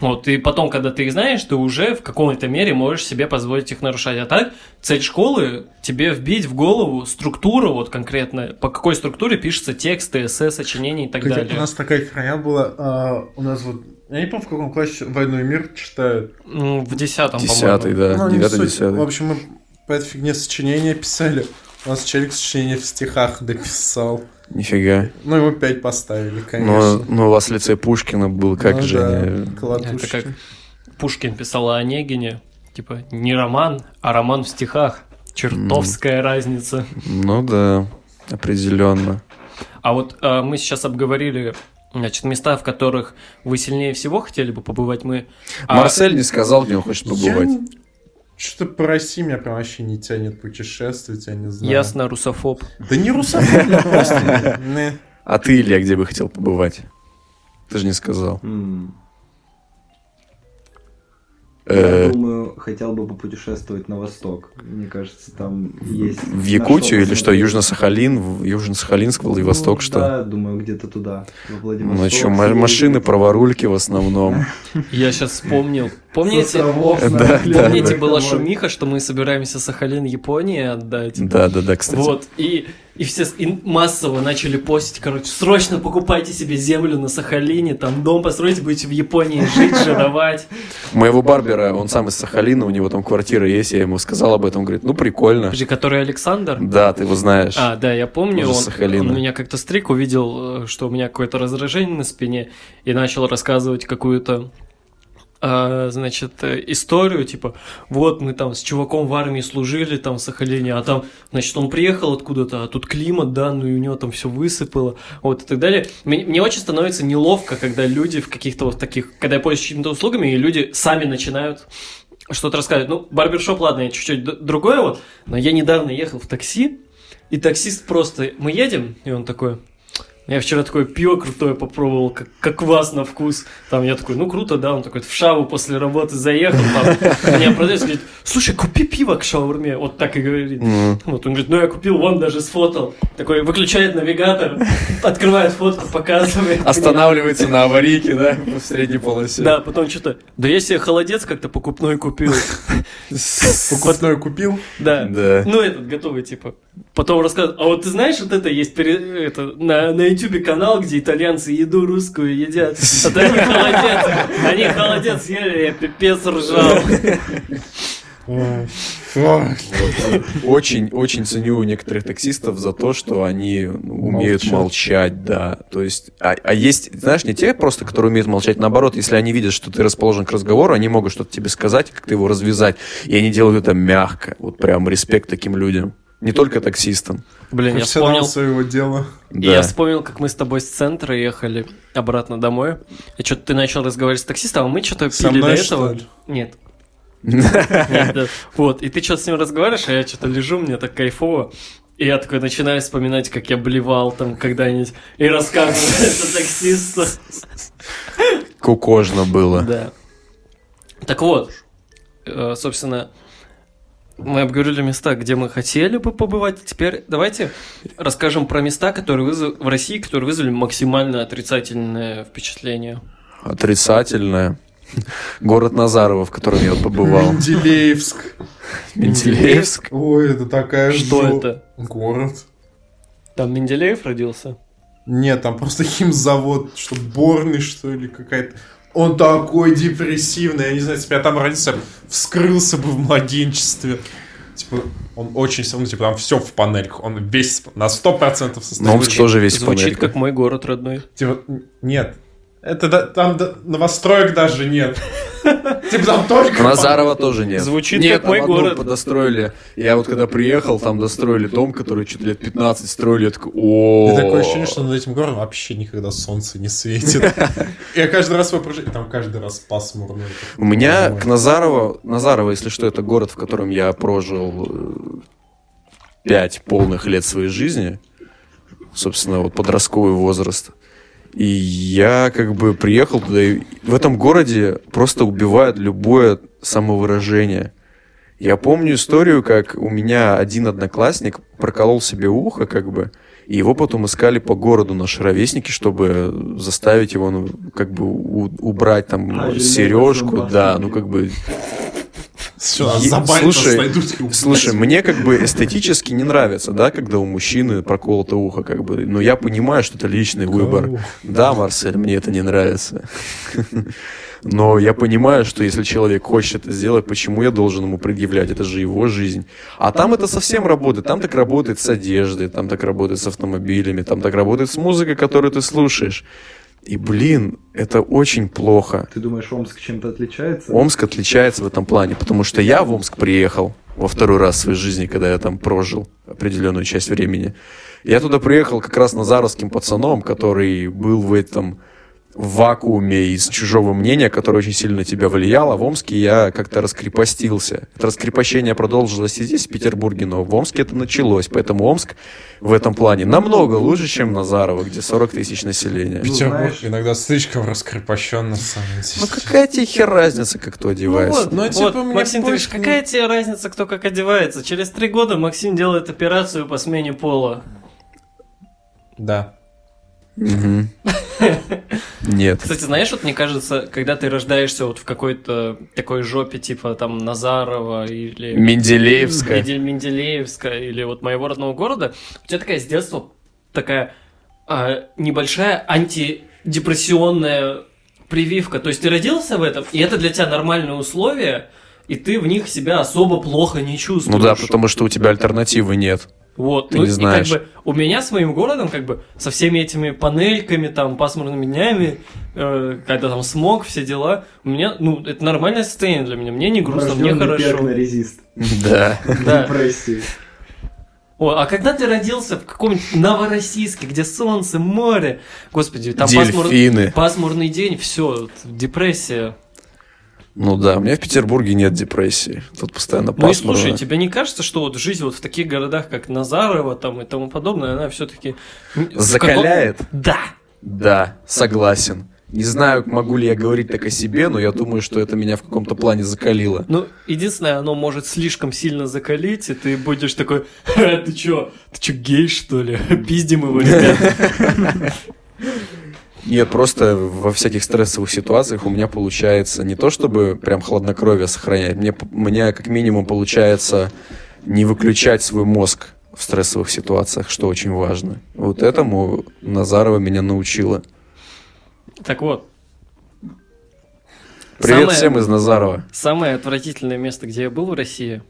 D: Вот, и потом, когда ты их знаешь, ты уже в каком-то мере можешь себе позволить их нарушать. А так, цель школы тебе вбить в голову структуру, вот конкретно, по какой структуре пишется тексты, эссе, сочинения и так
B: Хотя
D: далее.
B: У нас такая херня была, а, у нас вот, я не помню, в каком классе «Войну и мир» читают.
D: М, В десятом,
A: Десятый,
D: по-моему.
A: да,
B: Ну, не
A: девятый,
B: суть. В
A: десятый.
B: общем, мы по этой фигне сочинения писали. У нас человек сочинение в стихах дописал.
A: Нифига.
B: Ну, ему пять поставили,
A: Но,
B: конечно.
A: но у вас в лице Пушкина был, Ну, как
B: Ну
A: же...
B: да,
A: не-
B: колотушки.
D: Это Пушкин писал о Онегине, типа, не роман, а роман в стихах. Чертовская разница.
A: Ну да, определенно.
D: А вот э, мы сейчас обговорили, значит, места, в которых вы сильнее всего хотели бы побывать мы. А-
A: Марсель не сказал, где он хочет побывать.
B: Я... Что-то по России меня прям вообще не тянет путешествовать, я не знаю.
D: Ясно, русофоб.
B: Да не русофоб я просто. Не.
A: А ты, Илья, где бы хотел побывать? Ты же не сказал.
E: М.
A: Э,
E: Я думаю, хотел бы попутешествовать на восток. Мне кажется, там есть...
A: В Якутию или что?
E: Южно
A: Южно-Сахалин, в- Южно-Сахалинск,
B: Ну
A: Владивосток, что?
E: Да, думаю, где-то туда, во Владивосток.
A: Ну что, машины, праворульки в основном.
D: Я сейчас вспомнил. Помните,
E: Островов,
A: Да, да,
E: наверное,
D: помните,
E: где-то
D: была
E: вот.
D: шумиха, что мы собираемся Сахалин Японии отдать?
A: Да, да, да, кстати.
D: Вот, и, и все с- и массово начали постить, короче, срочно покупайте себе землю на Сахалине, там дом построите, будете в Японии жить, жировать.
A: Моего барбера, он сам из Сахалина, у него там квартира есть, я ему сказал об этом, он говорит, ну прикольно.
D: Подожди, который Александр?
A: Да, ты его знаешь.
D: А, да, я помню,
A: Тоже с
D: он,
A: Сахалина.
D: он меня как-то стрик увидел, э, что у меня какое-то раздражение на спине, и начал рассказывать какую-то, э, значит, э, историю, типа, вот мы там с чуваком в армии служили там в Сахалине, а там, значит, он приехал откуда-то, а тут климат, да, ну и у него там все высыпало, вот и так далее. Мне, мне очень становится неловко, когда люди в каких-то вот таких, когда я пользуюсь чьими-то услугами, и люди сами начинают что-то рассказывать. Ну, барбершоп, ладно, я чуть-чуть д- другое вот, но я недавно ехал в такси, и таксист просто, мы едем, и он такой, я вчера такое пиво крутое попробовал, как, как вас на вкус. Там я такой, ну круто, да, он такой, в шаву после работы заехал, там, мне продавец говорит, слушай, купи пиво к шаурме, вот так и говорит.
A: М.
D: Вот он говорит, ну я купил, вон даже сфотал. Такой выключает навигатор, открывает фотку, показывает.
A: А,
D: мне.
A: Останавливается на аварийке, да, в средней полосе.
D: Да, потом что-то, да я себе холодец как-то покупной купил.
B: Покупной купил.
D: Да.
A: Да.
D: Ну, этот готовый, типа. Потом рассказывают. А вот ты знаешь, вот это есть пере- это, на, на Ютубе канал, где итальянцы еду русскую едят. А то они холодец. Они холодец ели, я пипец ржал.
B: Ой, фу.
A: Очень, очень ценю некоторых таксистов за то, что они умеют молчать,
B: Молчат.
A: да. То есть, а, а есть, знаешь, не те просто, которые умеют молчать, наоборот, если они видят, что ты расположен к разговору, они могут что-то тебе сказать, как-то его развязать, и они делают это мягко, вот прям респект таким людям, не только таксистам.
D: Блин, я
B: Профессионал
D: вспомнил.
B: своего дела.
D: И Я
A: Да.
D: вспомнил, как мы с тобой с центра ехали обратно домой. И что-то ты начал разговаривать с таксистом, а мы что-то
B: Со
D: пили до
B: мной, что
D: этого.
B: ли?
D: Нет. Нет, да. Вот, и ты что-то с ним разговариваешь, а я что-то лежу, мне так кайфово. И я такой начинаю вспоминать, как я блевал там когда-нибудь и рассказываю это таксисту.
A: Кукожно было.
D: Да. Так вот, э, собственно, мы обговорили места, где мы хотели бы побывать. Теперь давайте расскажем про места, которые вызов... в России, которые вызвали максимально отрицательное впечатление.
A: Отрицательное. Город Назарова, в котором я побывал.
B: Менделеевск.
A: Менделеевск.
B: Ой, это такая
D: Что
B: жо-
D: это?
B: Город.
D: Там Менделеев родился?
B: Нет, там просто химзавод, что борный, что ли, какая-то. Он такой депрессивный, я не знаю, если бы я там родился, вскрылся бы в младенчестве. Типа, он очень сильно, типа, там все в панельках, он весь сп- на 100% состоит.
A: Но он тоже весь в
D: Звучит
A: панельках.
D: как мой город родной.
B: Типа, н- нет. Это да- там да- новостроек даже нет. Типа там только...
A: Назарова тоже нет.
D: Звучит
A: нет,
D: как мой
A: там одну
D: город.
A: подостроили. Я вот когда приехал, там достроили дом, который чуть лет 15 строили. Я такой, о
B: И такое ощущение, что над этим городом вообще никогда солнце не светит. Я каждый раз его прожи- и там каждый раз пасмурно.
A: У меня к Назарово... Назарово, если что, это город, в котором я прожил э, пять полных лет своей жизни. Собственно, вот подростковый возраст. И я как бы приехал туда, и в этом городе просто убивают любое самовыражение. Я помню историю, как у меня один одноклассник проколол себе ухо, как бы, и его потом искали по городу наши ровесники, чтобы заставить его, ну, как бы, у- убрать там
E: А, или
A: сережку,
E: зубастый.
A: да, ну, как бы,
B: Все,
A: Е-
B: забанят нас,
A: слушай,
B: найдут и убьют.
A: Слушай, мне как бы эстетически не нравится, да, когда у мужчины проколото ухо, как бы. Но я понимаю, что это личный выбор. Да, Марсель, мне это не нравится. Но я понимаю, что если человек хочет это сделать, почему я должен ему предъявлять? Это же его жизнь. А там это совсем работает. Там так работает с одеждой, там так работает с автомобилями, там так работает с музыкой, которую ты слушаешь. И, блин, это очень плохо.
E: Ты думаешь, Омск чем-то отличается?
A: Омск отличается в этом плане, потому что я в Омск приехал во второй раз в своей жизни, когда я там прожил определенную часть времени. Я туда приехал как раз назаровским пацаном, который был в этом вакууме из чужого мнения, которое очень сильно на тебя влияло. В Омске я как-то раскрепостился. Это раскрепощение продолжилось и здесь, в Петербурге, но в Омске это началось. Поэтому Омск в этом плане намного лучше, чем Назарово, где 40 тысяч населения.
B: Петербург
E: знаешь-
B: иногда слишком раскрепощенно сам.
A: Ну какая тебе хер разница, как ты одеваешься?
D: Ну
B: Ну,
D: вот,
B: типа,
D: вот,
B: мне
D: Максим
B: больше
D: Тимофеевич,
B: не-
D: какая тебе разница, кто как одевается? Через три года Максим делает операцию по смене пола.
B: Да.
A: Мгм. Нет.
D: Кстати, знаешь, вот мне кажется, когда ты рождаешься вот в какой-то такой жопе, типа там Назарова или...
A: Менделеевская.
D: Мендель- Менделеевска или вот моего родного города, у тебя такая с детства такая а, небольшая антидепрессионная прививка. То есть ты родился в этом, и это для тебя нормальные условия, и ты в них себя особо плохо не чувствуешь.
A: Ну да, потому что у тебя альтернативы нет.
D: Вот,
A: Ты
D: ну
A: не
D: и
A: знаешь.
D: как бы у меня с моим городом, как бы, со всеми этими панельками, там, пасмурными днями, э, когда там смог, все дела, у меня, ну, это нормальное состояние для меня, мне не грустно, мне
E: Врождённый
D: хорошо.
E: перкно-резист.
A: Да.
D: Да.
E: Депрессии.
D: О, а когда ты родился в каком-нибудь Новороссийске, где солнце, море, господи, там пасмур-
A: Дельфины.
D: пасмурный день, все, депрессия.
A: Ну да, у меня в Петербурге нет депрессии. Тут постоянно
D: Ну и слушай,
A: пасмурно.
D: тебе не кажется, что вот жизнь вот в таких городах, как Назарово там и тому подобное, она все-таки... типа,
A: Закаляет?
D: Да!
A: Да, согласен. Не знаю, могу ли я говорить так о себе, но я думаю, что это меня в каком-то плане закалило.
D: Ну, единственное, оно может слишком сильно закалить, и ты будешь такой, «Ха, ты чё, ты чё, гей, что ли? Пиздим его, ребят.
A: Нет, просто во всяких стрессовых ситуациях у меня получается не то, чтобы прям хладнокровие сохранять, мне, п- мне как минимум получается не выключать свой мозг в стрессовых ситуациях, что очень важно. Вот этому Назарова меня научила.
D: Так вот,
A: Привет
D: Самое-
A: всем из Назарова.
D: Самое отвратительное место, где я был в России.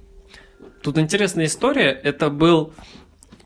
D: Тут интересная история. Это был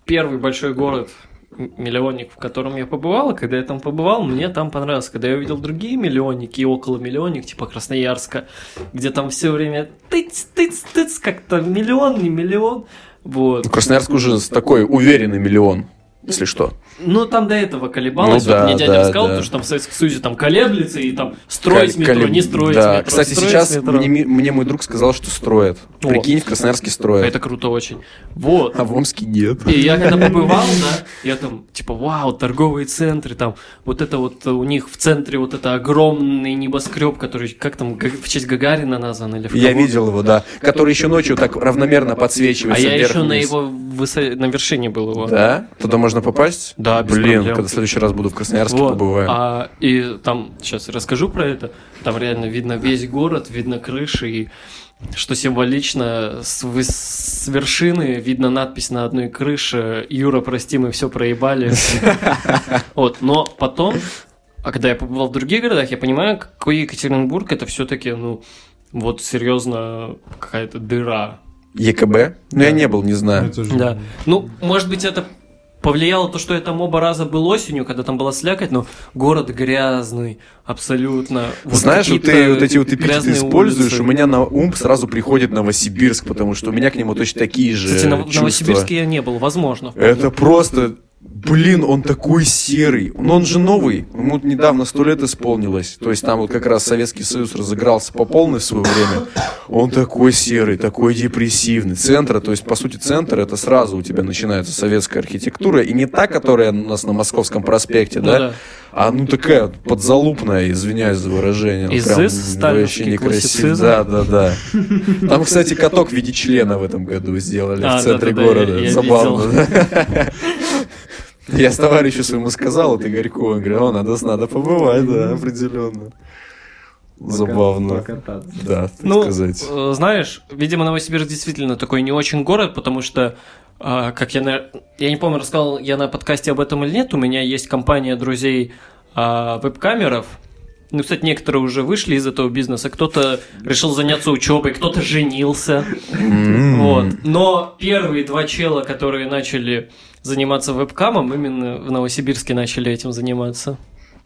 D: первый большой город, м- миллионник, в котором я побывал. И когда я там побывал, мне там понравилось. Когда я увидел другие миллионники и около миллионник, типа Красноярска, где там все время тыц-тыц-тыц, как-то миллион, не миллион. Вот.
A: Ну, Красноярск уже с такой уверенный миллион, если что.
D: Ну, там до этого колебалось.
A: Ну
D: вот
A: да,
D: мне дядя
A: да,
D: рассказал,
A: да.
D: потому что там в Советском Союзе там колеблется и там строить
A: Кали-
D: метро,
A: кали-
D: не строить
A: да.
D: метро.
A: Кстати,
D: строить
A: сейчас
D: метро.
A: мне, ми- мне мой друг сказал, что строят.
D: О.
A: Прикинь, в Красноярске строят.
D: Это круто очень. Вот.
A: А в Омске нет.
D: И я когда побывал, да, я там, типа, вау, торговые центры, там, вот это вот э, у них в центре вот это огромный небоскреб, который, как там, Га- в честь Гагарина назван или в
A: Я
D: кого?
A: видел его, да. Который еще ночью так равномерно
D: А
A: подсвечивается
D: я еще на
A: вверх-вниз.
D: его высо- на вершине был его.
A: Да? Туда можно попасть?
D: Да, без
A: Блин,
D: проблем.
A: когда в следующий раз буду в Красноярске,
D: Вот.
A: побываю.
D: А, и там, сейчас расскажу про это, там реально видно весь город, видно крыши, и что символично, с, выс- с вершины видно надпись на одной крыше «Юра, прости, мы все проебали». Вот, но потом, а когда я побывал в других городах, я понимаю, какой Екатеринбург это все-таки, ну, вот серьезно какая-то дыра.
A: ЕКБ? Ну, я не был, не знаю.
C: Это же-
D: Да. Ну, может быть, это повлияло то, что я там оба раза был осенью, когда там была слякоть, но город грязный, абсолютно. Вот
A: Знаешь, вот
D: какие-то
A: ты вот эти вот эпитеты
D: грязные
A: используешь,
D: улицы.
A: у меня на ум сразу приходит Новосибирск, потому что у меня к нему точно такие же
D: Кстати, на в
A: чувства.
D: Новосибирске я не был, возможно.
A: Это просто... Блин, он такой серый. Но он же новый. Ему вот недавно сто лет исполнилось. То есть там вот как раз Советский Союз разыгрался по полной в свое время. Он такой серый, такой депрессивный. Центр, то есть по сути центр, это сразу у тебя начинается советская архитектура. И не та, которая у нас на Московском проспекте,
D: Ну
A: да?
D: да.
A: А ну такая вот подзалупная, извиняюсь за выражение.
D: Изыс,
A: Прям
D: сталинский
A: вообще некрасиво.
D: классицизм.
A: Да, да, да. Там, кстати, каток в виде члена в этом году сделали
D: А,
A: в центре
D: да-да-да, я-
A: города.
D: я
A: Забавно. да. Я с товарищу своему сказал, это Игорьку, он говорит, о, надо, надо побывать, да, определенно. Забавно.
E: Покататься.
A: Да, так
D: Ну,
A: сказать.
D: э, знаешь, видимо, Новосибирск действительно такой не очень город, потому что, а, как я, на... я не помню, рассказал я на подкасте об этом или нет, у меня есть компания друзей а, веб-камеров, ну, кстати, некоторые уже вышли из этого бизнеса, кто-то решил заняться учебой, кто-то женился,
A: М.
D: вот. Но первые два чела, которые начали заниматься вебкамом, именно в Новосибирске начали этим заниматься.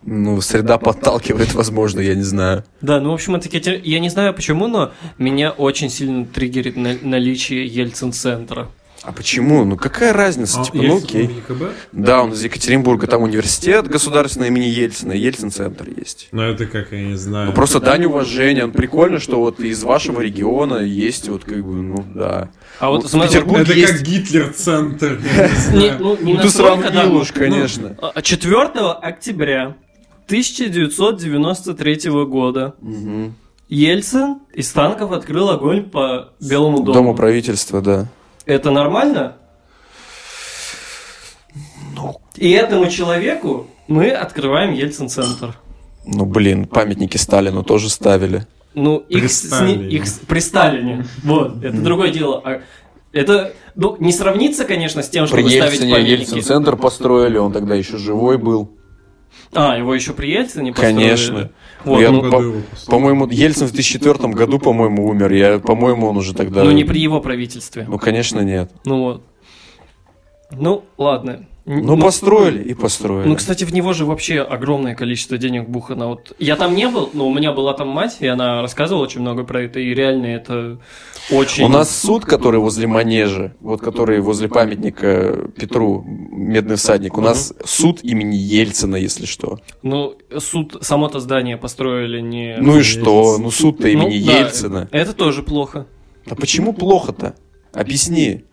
A: Ну, среда подталкивает, возможно, я не знаю.
D: Да, ну, в общем, это кете- я не знаю почему, но меня очень сильно триггерит на- наличие Ельцин-центра.
A: А почему? Ну, какая разница?
C: А,
A: Типа, ну
C: есть
A: окей.
C: ЕКБ?
A: Да, он из Екатеринбурга, там университет государственный имени Ельцина, Ельцин-центр есть.
C: Ну это как, я не знаю.
A: Ну, просто дань уважения, он прикольно, что вот из вашего региона есть вот как бы, ну да.
D: А вот
A: Ну,
D: см-
A: Петербург
C: Это
A: есть.
C: как Гитлер-центр. я не
D: Не,
C: знаю.
D: ну, не
A: Ну ты
D: настолько, да,
A: сравнил уж,
D: ну,
A: конечно.
D: а, 4 октября 1993 года
A: Мгм.
D: Ельцин из танков открыл огонь по Белому дому.
A: Дома правительства, да.
D: Это нормально?
A: Ну.
D: И этому человеку мы открываем Ельцин-центр.
A: Ну блин, памятники Сталину тоже ставили.
D: Ну,
C: При
D: их, сни-
C: Сталине.
D: их с- при Сталине. Вот, это другое дело. А Это ну, не сравнится, конечно, с тем,
A: При
D: чтобы ставить
A: Ельцине
D: памятники.
A: Ельцин-центр построили, он тогда еще живой был.
D: А, его еще при Ельцине построили.
A: Конечно.
D: Вот,
A: Я-
D: ну,
A: по-
C: Году его пустили.
A: По-моему, Ельцин в 2004 году, по-моему, умер. Я, по-моему, он уже тогда...
D: но Ну, не при его правительстве.
A: Ну, конечно, нет.
D: Ну вот. Ну, ладно. Н-
A: Ну, построили и построили.
D: Ну, кстати, в него же вообще огромное количество денег бухано. Вот я там не был, но у меня была там мать, и она рассказывала очень много про это, и реально это очень...
A: У нас суд, который возле манежа, вот который возле памятника Петру, медный всадник, у нас суд имени Ельцина, если что.
D: Ну, суд, само-то здание построили не...
A: Ну и что? Ну суд-то
D: Ну,
A: имени
D: да,
A: Ельцина.
D: Это тоже плохо.
A: А почему плохо-то? Объясни.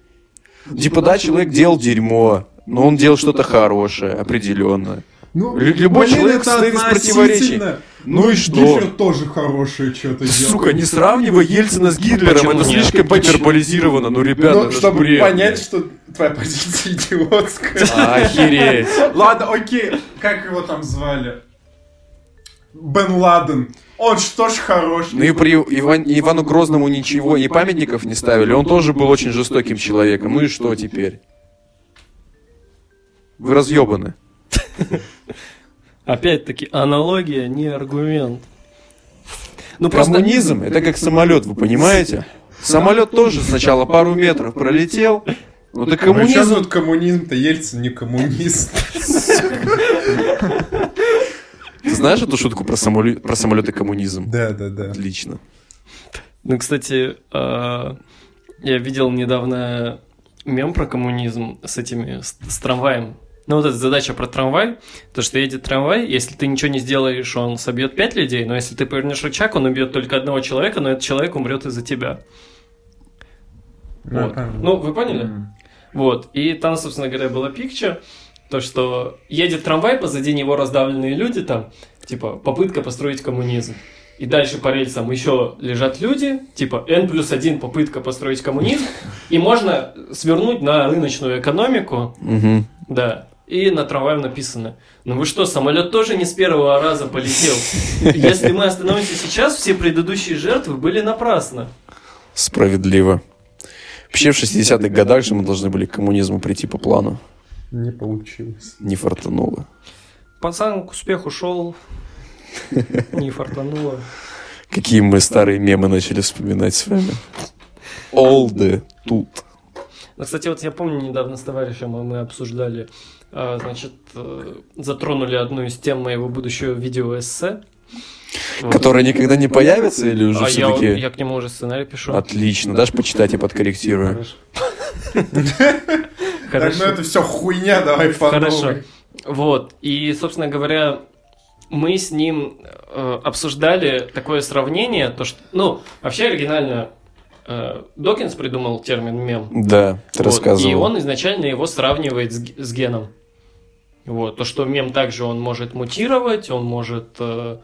A: Типа, да, человек делал дерьмо, но он делал что-то хорошее, определенно.
B: Ну,
A: Лю- любой
B: блин,
A: человек
B: это
A: состоит из
B: относительно.
A: противоречий. Ну и что?
B: Гитлер тоже хорошее что-то делал.
A: Сука, не сравнивай Ельцина с Гитлером,
D: Почему
A: это
D: нет?
A: слишком гиперболизировано, ну, ребята,
B: Ну,
A: это ж
B: чтобы
A: бред.
B: понять, что твоя позиция идиотская.
A: Охереть.
B: Ладно, окей, как его там звали? Бен Ладен. Он что ж хороший.
A: Ну и при Иван- Ивану Грозному ничего, ни памятников не ставили. Он тоже был очень жестоким человеком. Ну и что теперь? Вы разъебаны.
D: Опять-таки, аналогия не аргумент. Ну, просто...
A: Коммунизм это как самолет, вы понимаете? Самолет тоже сначала пару метров пролетел. Ну ты
B: Причём
A: коммунизм.
B: тут А коммунизм-то? Ельцин не коммунист.
A: Ты знаешь эту шутку про, самолет про самолет и коммунизм?
B: Да, да, да.
A: Отлично.
D: Ну, кстати, э, я видел недавно мем про коммунизм с этими, с, с трамваем. Ну, вот эта задача про трамвай, то, что едет трамвай, если ты ничего не сделаешь, он собьет пять людей, но если ты повернешь рычаг, он убьет только одного человека, но этот человек умрет из-за тебя.
B: Да,
D: Вот.
B: правильно.
D: Ну, вы поняли? Вот. И там, собственно говоря, была пикча, то, что едет трамвай, позади него раздавленные люди, там, типа, попытка построить коммунизм. И дальше по рельсам еще лежат люди, типа, N плюс 1 попытка построить коммунизм, и можно свернуть на рыночную экономику,
A: Мгм.
D: да, и на трамвае написано, ну вы что, самолет тоже не с первого раза полетел. Если мы остановимся сейчас, все предыдущие жертвы были напрасно.
A: Справедливо. Вообще в 60-х годах же мы должны были к коммунизму прийти по плану.
C: Не получилось.
A: Не фартануло.
D: Пацан к успеху шел, не фартануло.
A: Какие мы старые мемы начали вспоминать с вами. Олды тут.
D: Ну, Кстати, вот я помню, недавно с товарищем мы обсуждали, а, значит, э, затронули одну из тем моего будущего видеоэссе. Вот.
A: Который никогда не появится или уже
D: а я,
A: все-таки...
D: я к нему уже сценарий пишу.
A: Отлично, дашь почитать, я подкорректирую.
B: Так, ну
D: Хорошо.
B: это все хуйня, давай по
D: Хорошо.
B: новой.
D: Вот. И, собственно говоря, мы с ним э, обсуждали такое сравнение, то что, ну, вообще оригинально э, Докинс придумал термин мем.
A: Да, ты
D: Вот. И
A: рассказывал.
D: он изначально его сравнивает с, г- с геном. Вот, то, что мем также он может мутировать, он может, э,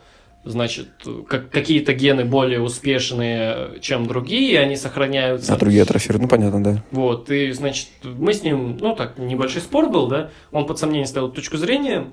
D: значит, э, как, какие-то гены более успешные, э, чем другие, они сохраняются.
A: А другие атрофируют, ну понятно, да.
D: Вот, и, значит, мы с ним, ну, так, небольшой спор был, да, он под сомнение ставил точку зрения,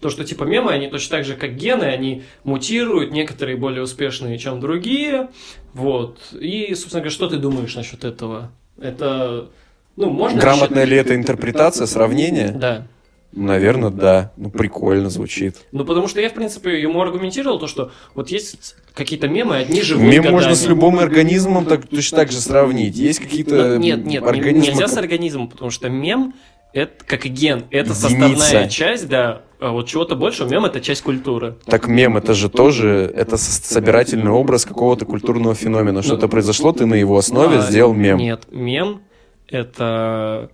D: то, что, типа, мемы, они точно так же, как гены, они мутируют, некоторые более успешные, чем другие, вот, и, собственно говоря, что ты думаешь насчет этого? Это, ну, можно...
A: Грамотная ли это интерпретация, сравнение?
D: считать- Да.
A: Наверное, да. Ну, прикольно звучит.
D: Ну, потому что я, в принципе, ему аргументировал то, что вот есть какие-то мемы, одни живут
A: Мем можно
D: годами.
A: с любым организмом так, точно так же сравнить. Есть какие-то
D: Ну, Нет, нет, не-
A: организмы...
D: нельзя с организмом, потому что мем это как и ген, это
A: Единица.
D: составная часть, да. А вот чего-то больше, мем это часть культуры.
A: Так мем, это же тоже, это с- собирательный образ какого-то культурного феномена. Что-то произошло, ты на его основе
D: А,
A: сделал мем.
D: Нет, мем это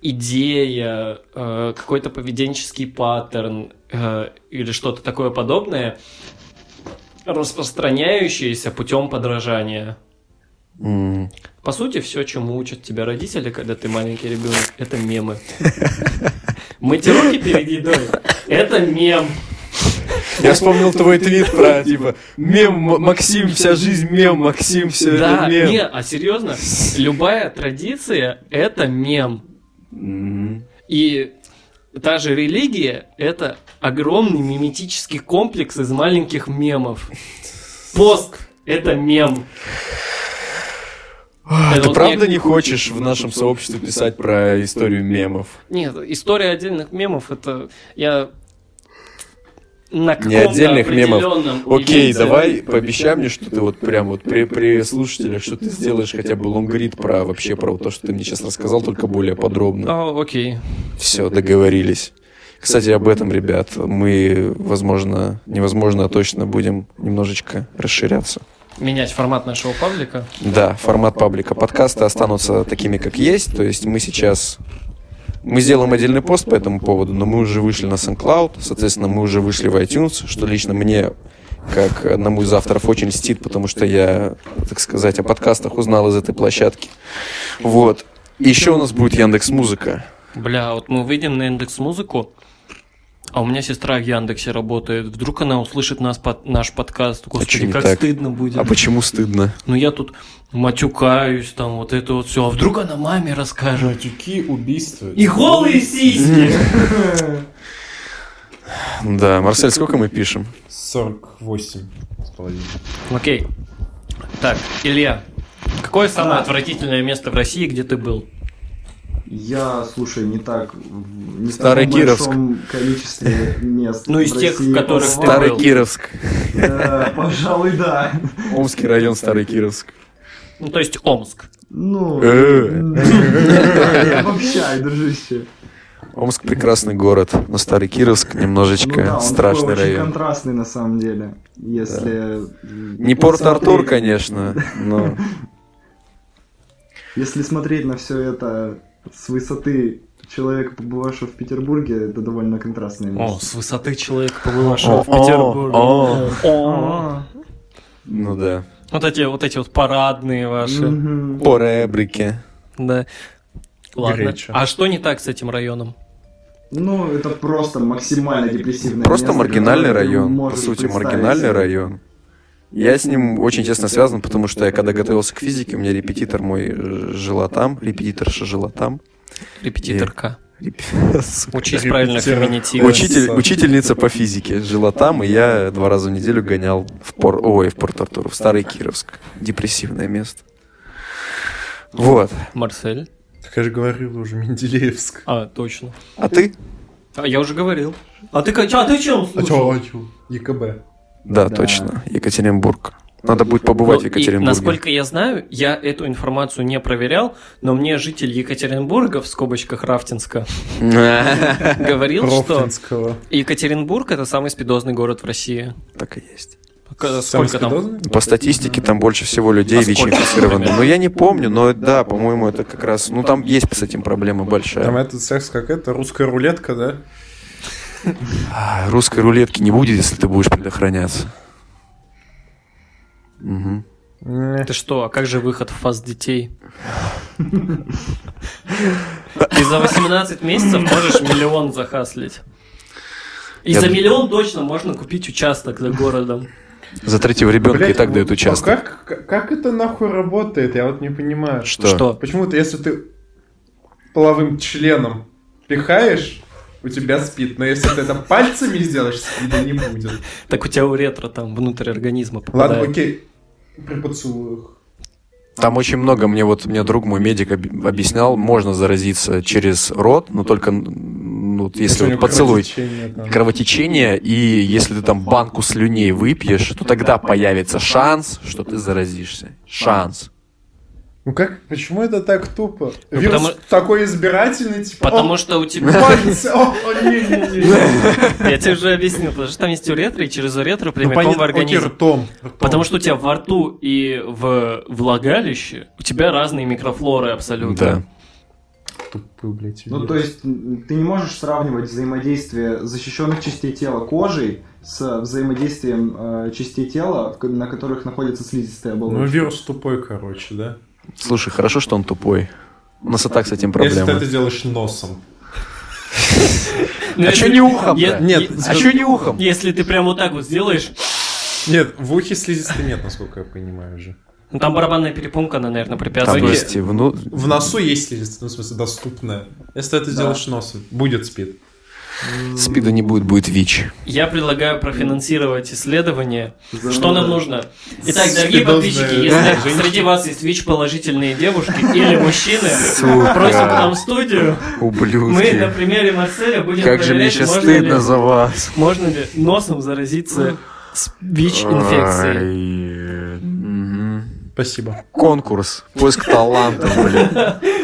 D: идея, э, какой-то поведенческий паттерн э, или что-то такое подобное, распространяющееся путем подражания.
A: М.
D: По сути, все, чему учат тебя родители, когда ты маленький ребенок, это мемы. Мыть руки перед едой – это мем.
A: Я вспомнил твой твит про, типа, мем, М- Максим, вся жизнь мем, Максим, все
D: Да,
A: это
D: не,
A: мем.
D: а серьезно, любая традиция – это мем.
A: М.
D: И та же религия – это огромный миметический комплекс из маленьких мемов. Пост – это мем.
A: А
D: Это
A: Ты
D: вот
A: правда
D: мне-
A: не хочешь в нашем сообществе писать про историю мемов?
D: Нет, история отдельных мемов – это я на
A: Не
D: каком-то
A: отдельных мемов.
D: определенном
A: Окей,
D: ивенте-
A: давай пообещай мне, что ты вот прям вот при, при слушателях, что ты сделаешь хотя бы лонгрид про вообще про то, что ты мне сейчас рассказал, только более подробно.
D: А, окей.
A: Все, договорились. Кстати, об этом, ребят, мы, возможно, невозможно, а точно будем немножечко расширяться.
D: Менять формат нашего паблика.
A: Да, формат паблика. Подкасты останутся такими, как есть. То есть мы сейчас... Мы сделаем отдельный пост по этому поводу, но мы уже вышли на SoundCloud, соответственно, мы уже вышли в iTunes, что лично мне, как одному из авторов, очень льстит, потому что я, так сказать, о подкастах узнал из этой площадки. Вот. И еще у нас будет Яндекс Музыка.
D: Бля, вот мы выйдем на Яндекс Музыку, а у меня сестра в Яндексе работает. Вдруг она услышит нас под, наш подкаст.
A: чё
D: Господи,
A: не
D: как
A: так?
D: стыдно будет.
A: А почему стыдно?
D: Ну я тут матюкаюсь, там вот это вот все. А вдруг она маме расскажет?
C: Матюки, убийства.
D: И голые сиськи!
A: Да, Марсель, сколько мы пишем?
C: 48 с половиной.
D: Окей. Так, Илья, какое самое отвратительное место в России, где ты был?
E: Я, слушай, не так... в- Не в
A: Старый
E: таком
A: Кировск.
E: большом количестве мест.
D: Ну, из
E: в
D: тех,
E: России
D: в которых
E: побывал.
A: Старый
D: был?
A: Кировск.
E: Да, пожалуй, да.
A: Омский район, Старый Кировск.
D: Ну, то есть Омск.
E: Ну,
A: Э.
E: да, обобщай, дружище.
A: Омск прекрасный город, но Старый Кировск
E: Ну
A: немножечко
E: да, он такой
A: страшный
E: очень
A: район.
E: контрастный на самом деле. Если...
A: Не Порт-Артур, конечно, но...
E: Если смотреть на все это с высоты человека, побывавшего в Петербурге, это довольно контрастное
D: О,
E: место.
D: с высоты человека побывавшего в
A: О, о,
D: Петербурге. О.
A: Ну да.
D: Вот эти вот эти вот парадные ваши.
E: Мгм.
A: По ребрике.
D: Да. Ладно.
C: Греча.
D: А что не так с этим районом?
E: Ну, это просто максимально депрессивное
A: Просто
E: место,
A: маргинальный
E: которое ты
A: район, по
E: можешь
A: сути,
E: представить
A: маргинальный
E: себе.
A: район. Я с ним очень тесно связан, потому что я когда готовился к физике, у меня репетитор мой э, жила там, репетиторша жила там.
D: Репетиторка.
A: Реп- Сука.
D: Учись правильно
C: Репетитор.
D: феминитивы.
A: Учитель, учительница по физике жила там, и я два раза в неделю гонял в Пор... Ой, в Порт-Артур, в Старый Кировск. Депрессивное место. Вот.
D: Марсель.
B: Так я же говорил уже, Менделеевск.
D: А, точно.
A: А ты?
D: А я уже говорил. А ты, ка- а ты чем
B: А
D: слушал?
B: чё, а чё? ЕКБ.
A: Да,
E: Да.
A: точно. Екатеринбург. Надо будет побывать в
D: Ну, и
A: Екатеринбурге.
D: насколько я знаю, я эту информацию не проверял, но мне житель Екатеринбурга, в скобочках Рафтинска, говорил, что
B: Рофтинского.
D: Екатеринбург – это самый спидозный город в России.
A: Так и есть.
D: К-
B: Самый
D: Сколько там?
B: спидозный?
A: По статистике там больше всего людей
D: А сколько,
A: ВИЧ-инфицировано.
D: например?
A: Но я не помню, но да, по-моему, это как раз... Ну, там есть с этим проблема большая.
B: Там этот секс как это, русская рулетка, да?
A: А, Русской рулетки не будет, если ты будешь предохраняться. Мгм.
D: Ты что, а как же выход в фаз детей? Ты за 18 месяцев можешь миллион захаслить. И
A: Я
D: за
A: д-
D: миллион точно можно купить участок за городом.
A: За третьего ребенка
B: Блядь,
A: и так дают
B: ну,
A: участок.
B: Как, как- как это нахуй работает? Я вот не понимаю.
A: Что?
D: Что?
B: Почему-то, если ты половым членом пихаешь, у тебя спит. Но если ты это пальцами сделаешь, спида не будет.
D: Так у тебя уретра там внутрь организма
B: Ладно,
D: попадает.
B: окей. При поцелуях.
A: Там очень много, мне вот, мне друг мой медик оби- объяснял, можно заразиться через рот, но только, ну, вот если
B: у
A: вот
B: него
A: поцелуй,
B: кровотечение там.
A: кровотечение, и если ты там банку слюней выпьешь, то тогда появится шанс, что ты заразишься. Шанс.
B: Ну как, почему это так тупо?
D: Ну,
B: Вирус
D: потому-
B: такой избирательный, типа...
D: Потому
B: «О,
D: что у тебя...
B: Пальцы! О, о, не-не-не.
D: Я тебе уже объяснил, потому что там есть уретра, и через уретру прямиком в
B: Ну, понятно,
D: организм.
B: окей, ртом.
D: Потому что у тебя во рту и в влагалище у тебя разные микрофлоры абсолютно.
A: Да.
B: Тупой, блядь,
E: Ну,
B: вирус.
E: то есть, м, ты не можешь сравнивать взаимодействие защищенных частей тела кожей с взаимодействием э, частей тела, в ко- на которых находится слизистая
B: Ну,
E: оболочка.
B: вирус тупой, короче, да?
A: Слушай, хорошо, что он тупой. У нас и так с этим
B: Если ты
A: проблема.
B: это делаешь носом.
D: Ну,
A: А
D: если-
A: чё не ухом?
D: Е-
B: Нет,
D: е-
A: А что не ухом?
D: Если ты прям вот так вот сделаешь,
B: Нет, в ухе слизистой нет, насколько я понимаю уже.
D: ну, там барабанная перепонка, она, наверное,
A: Там
D: препятствует.
B: Окей.
A: есть и вну-
B: В носу есть слизистая, ну, в смысле, доступная. Если ты это сделаешь носом, будет спид.
A: Спида не будет, будет ВИЧ.
D: Я предлагаю профинансировать исследование.
E: За-
D: Что нам нужно? Итак, дорогие
B: Спидозные
D: подписчики, если
B: женщины.
D: среди вас есть ВИЧ-положительные девушки или мужчины,
A: Сука.
D: просим к нам в студию. Мы на
A: Ублюдки.
D: примере Марселя будем
A: Как же мне
D: проверять,
A: сейчас
D: можно
A: стыдно
D: ли-
A: за вас.
D: можно ли носом заразиться с ВИЧ-инфекцией.
A: Ай, мгм.
B: Спасибо.
A: Конкурс. Поиск талантов, блин.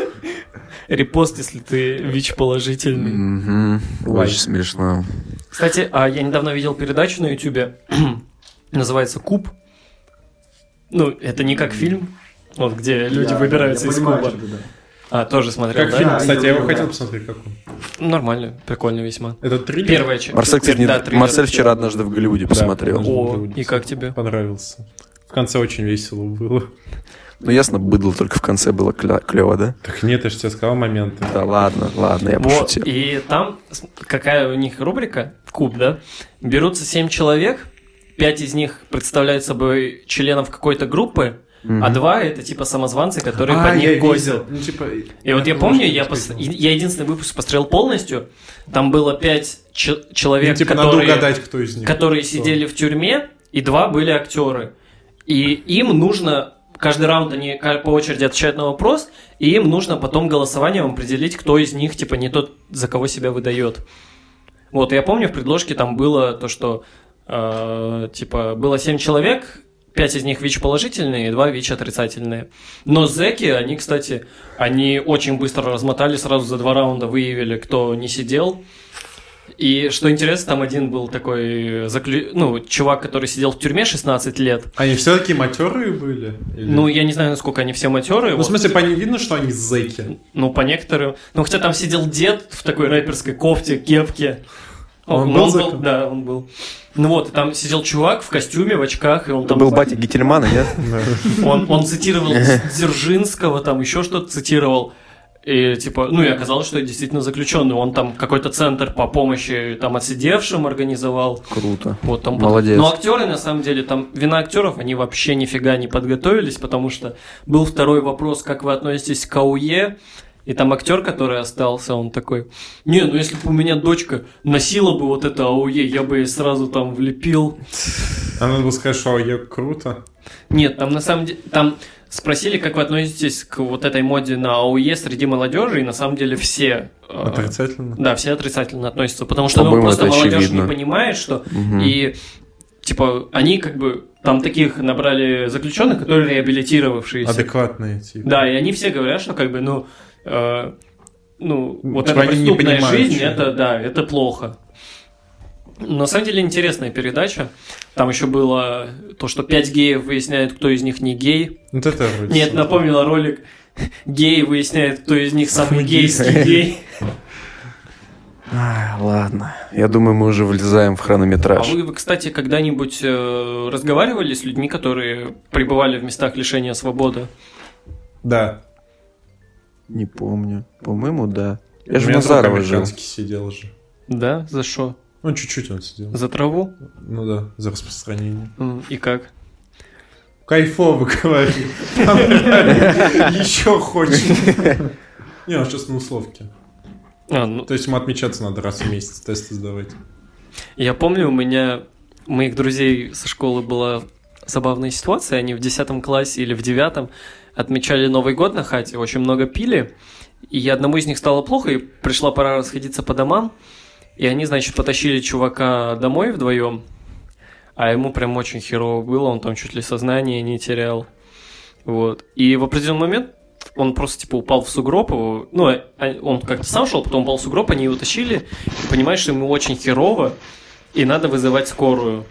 D: Репост, если ты ВИЧ-положительный.
A: Мгм.
B: Лайк.
A: Очень смешно.
D: Кстати, а я недавно видел передачу на Ютубе, называется «Куб». Ну, это не как фильм, вот где люди
E: Я-
D: выбираются
E: я
D: из
E: понимаю,
D: куба.
E: о чем ты, да.
D: А, тоже смотрел,
B: Как
D: да?
B: фильм,
E: Да,
B: кстати,
E: я
B: я его
E: люблю,
B: хотел
E: да.
B: посмотреть, как он.
D: Нормально, прикольно весьма.
B: Это триллер?
D: Первая часть.
A: Марсель, кстати, не-
D: Да, триллер.
A: Марсель вчера однажды в Голливуде
B: Да,
A: посмотрел.
B: однажды.
D: О,
B: Голливуд.
D: и как тебе?
B: Понравился. В конце очень весело было.
A: Ну, ясно, быдло только в конце было клево, да?
B: Так нет, я же тебе сказал моменты.
A: Да ладно, ладно, я
D: Вот,
A: пошутил.
D: и там с- какая у них рубрика, куб, да? Берутся семь человек, пять из них представляют собой членов какой-то группы, а два это типа самозванцы,
B: А,
D: которые под них гостят.
B: Ну, типа...
D: И вот я помню, я, пос-
B: Ну,
D: я единственный выпуск посмотрел полностью. Там было пять че- человек,
B: типа, надо
D: которые,
B: угадать, кто из них.
D: которые
B: Кто.
D: сидели в тюрьме, и два были актеры. И им нужно каждый раунд они ка- по очереди отвечают на вопрос, и им нужно потом голосованием определить, кто из них типа не тот, за кого себя выдает. Вот я помню в предложке там было то, что э, типа было семь человек. Пять из них ВИЧ положительные и два ВИЧ отрицательные. Но зеки, они, кстати, они очень быстро размотали, сразу за два раунда выявили, кто не сидел. И что интересно, там один был такой, э, заклю- ну, чувак, который сидел в тюрьме 16 лет.
B: Они все такие матерые были? Или-
D: Ну, я не знаю, насколько они все матерые.
B: Ну, в
D: вот.
B: смысле, по ним видно, что они зэки.
D: Ну, по некоторым. Ну, хотя там сидел дед в такой рэперской кофте, кепке.
B: Он
D: Ну,
B: был зэком?
D: Да, он был. Ну вот, и там сидел чувак в костюме, в очках, и он
A: Это
D: там...
A: был батя Гительмана, нет?
D: Он, он цитировал Дзержинского, там еще что-то цитировал. И, типа, ну и оказалось, что это действительно заключенный. Он там какой-то центр по помощи там отсидевшим организовал.
A: Круто.
D: Вот там
A: Молодец.
D: Но актеры, на самом деле, там вина актеров, они вообще нифига не подготовились, потому что был второй вопрос, как вы относитесь к АУЕ, и там актер, который остался, он такой, не, ну если бы у меня дочка носила бы вот это АУЕ, я бы ей сразу там влепил.
B: А надо было сказать, что я круто.
D: Нет, там на самом деле, там спросили, как вы относитесь к вот этой моде на АУЕ среди молодежи, и на самом деле все... э,
B: Отрицательно.
D: Да, все отрицательно относятся, потому что ну,
A: По-моему,
D: просто
A: это
D: молодежь
A: очевидно.
D: не понимает, что
A: Мгм.
D: и типа, они как бы там таких набрали заключенных, которые реабилитировавшиеся.
B: Адекватные, типа.
D: Да, и они все говорят, что как бы, ну, э, ну, вот
B: Типа
D: эта
B: они не
D: преступная
B: понимают,
D: жизнь,
B: что
D: это, да, это плохо. На самом деле интересная передача. Там еще было то, что пять геев выясняют, кто из них не гей.
B: Вот это вроде
D: Нет,
B: что-то.
D: напомнила ролик «Гей выясняет, кто из них самый гейский гей».
A: Ай, ладно. Я думаю, мы уже влезаем в
D: А
A: хронометраж.
D: вы, вы, кстати, когда-нибудь э, разговаривали с людьми, которые пребывали в местах лишения свободы?
B: Да.
A: Не помню. По-моему, да. Я же
B: У
A: в
B: меня друг
A: Назарово жил.
B: американский сидел же.
D: Да? За что?
B: Ну, чуть-чуть он сидел.
D: За траву?
B: Ну да, за распространение.
D: М, И как?
B: Кайфово говорит. Еще хочет. Не, он сейчас на условке.
D: А, ну,
B: То есть ему отмечаться надо раз в месяц, тесты сдавать.
D: Я помню, у меня у моих друзей со школы была забавная ситуация. Они в 10 классе или в 9 отмечали Новый год на хате, очень много пили. И одному из них стало плохо, и пришла пора расходиться по домам. И они, значит, потащили чувака домой вдвоем. А ему прям очень херово было, он там чуть ли сознание не терял. Вот. И в определенный момент он просто типа упал в сугроб, его- ну, а- он как-то сам шел, потом упал в сугроб, они его тащили, и понимаешь, что ему очень херово, и надо вызывать скорую.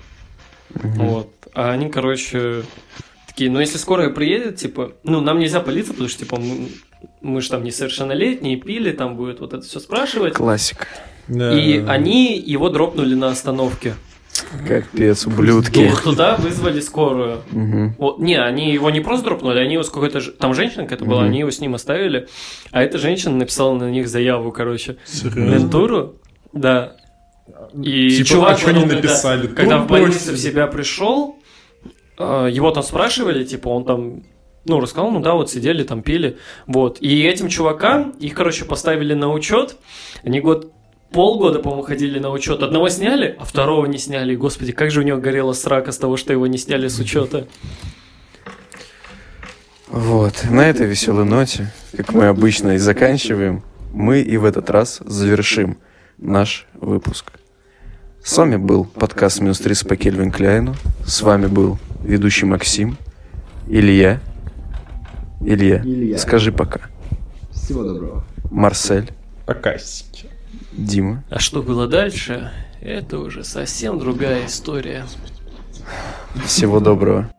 D: Вот. А они, короче, такие, ну, если скорая приедет, типа, ну, нам нельзя палиться, потому что, типа, мы, мы же там несовершеннолетние, пили, там будет вот это все спрашивать.
A: Классика.
D: И они его дропнули на остановке.
A: Капец,
D: И
A: ублюдки.
D: туда вызвали скорую.
A: Мгм.
D: Вот, не, они его не просто дропнули, они его с какой-то... ж- Там женщина какая-то была,
A: Мгм.
D: они его с ним оставили. А эта женщина написала на них заяву, короче, в
B: Серьезно?
D: ментуру. Да. И
B: Типа,
D: чувак
B: а чё не
D: потом, когда-
B: написали?
D: Когда
B: Ну,
D: в больницу
B: бросили.
D: в себя пришел, э, его там спрашивали, типа, он там... Ну, рассказал, ну да, вот сидели, там пили. Вот. И этим чувакам, их, короче, поставили на учет. Они год полгода, по-моему, ходили на учет. Одного сняли, а второго не сняли. Господи, как же у него горела срака с того, что его не сняли с учета.
A: Вот. На этой веселой ноте, как мы обычно и заканчиваем, мы и в этот раз завершим наш выпуск. С вами был подкаст «Минус 30» по Кельвин Кляйну. С вами был ведущий Максим. Илья. Илья,
E: Илья.
A: скажи пока.
E: Всего доброго.
A: Марсель,
B: А Покасики.
A: Дима.
D: А что было дальше, это уже совсем другая история.
A: Всего доброго.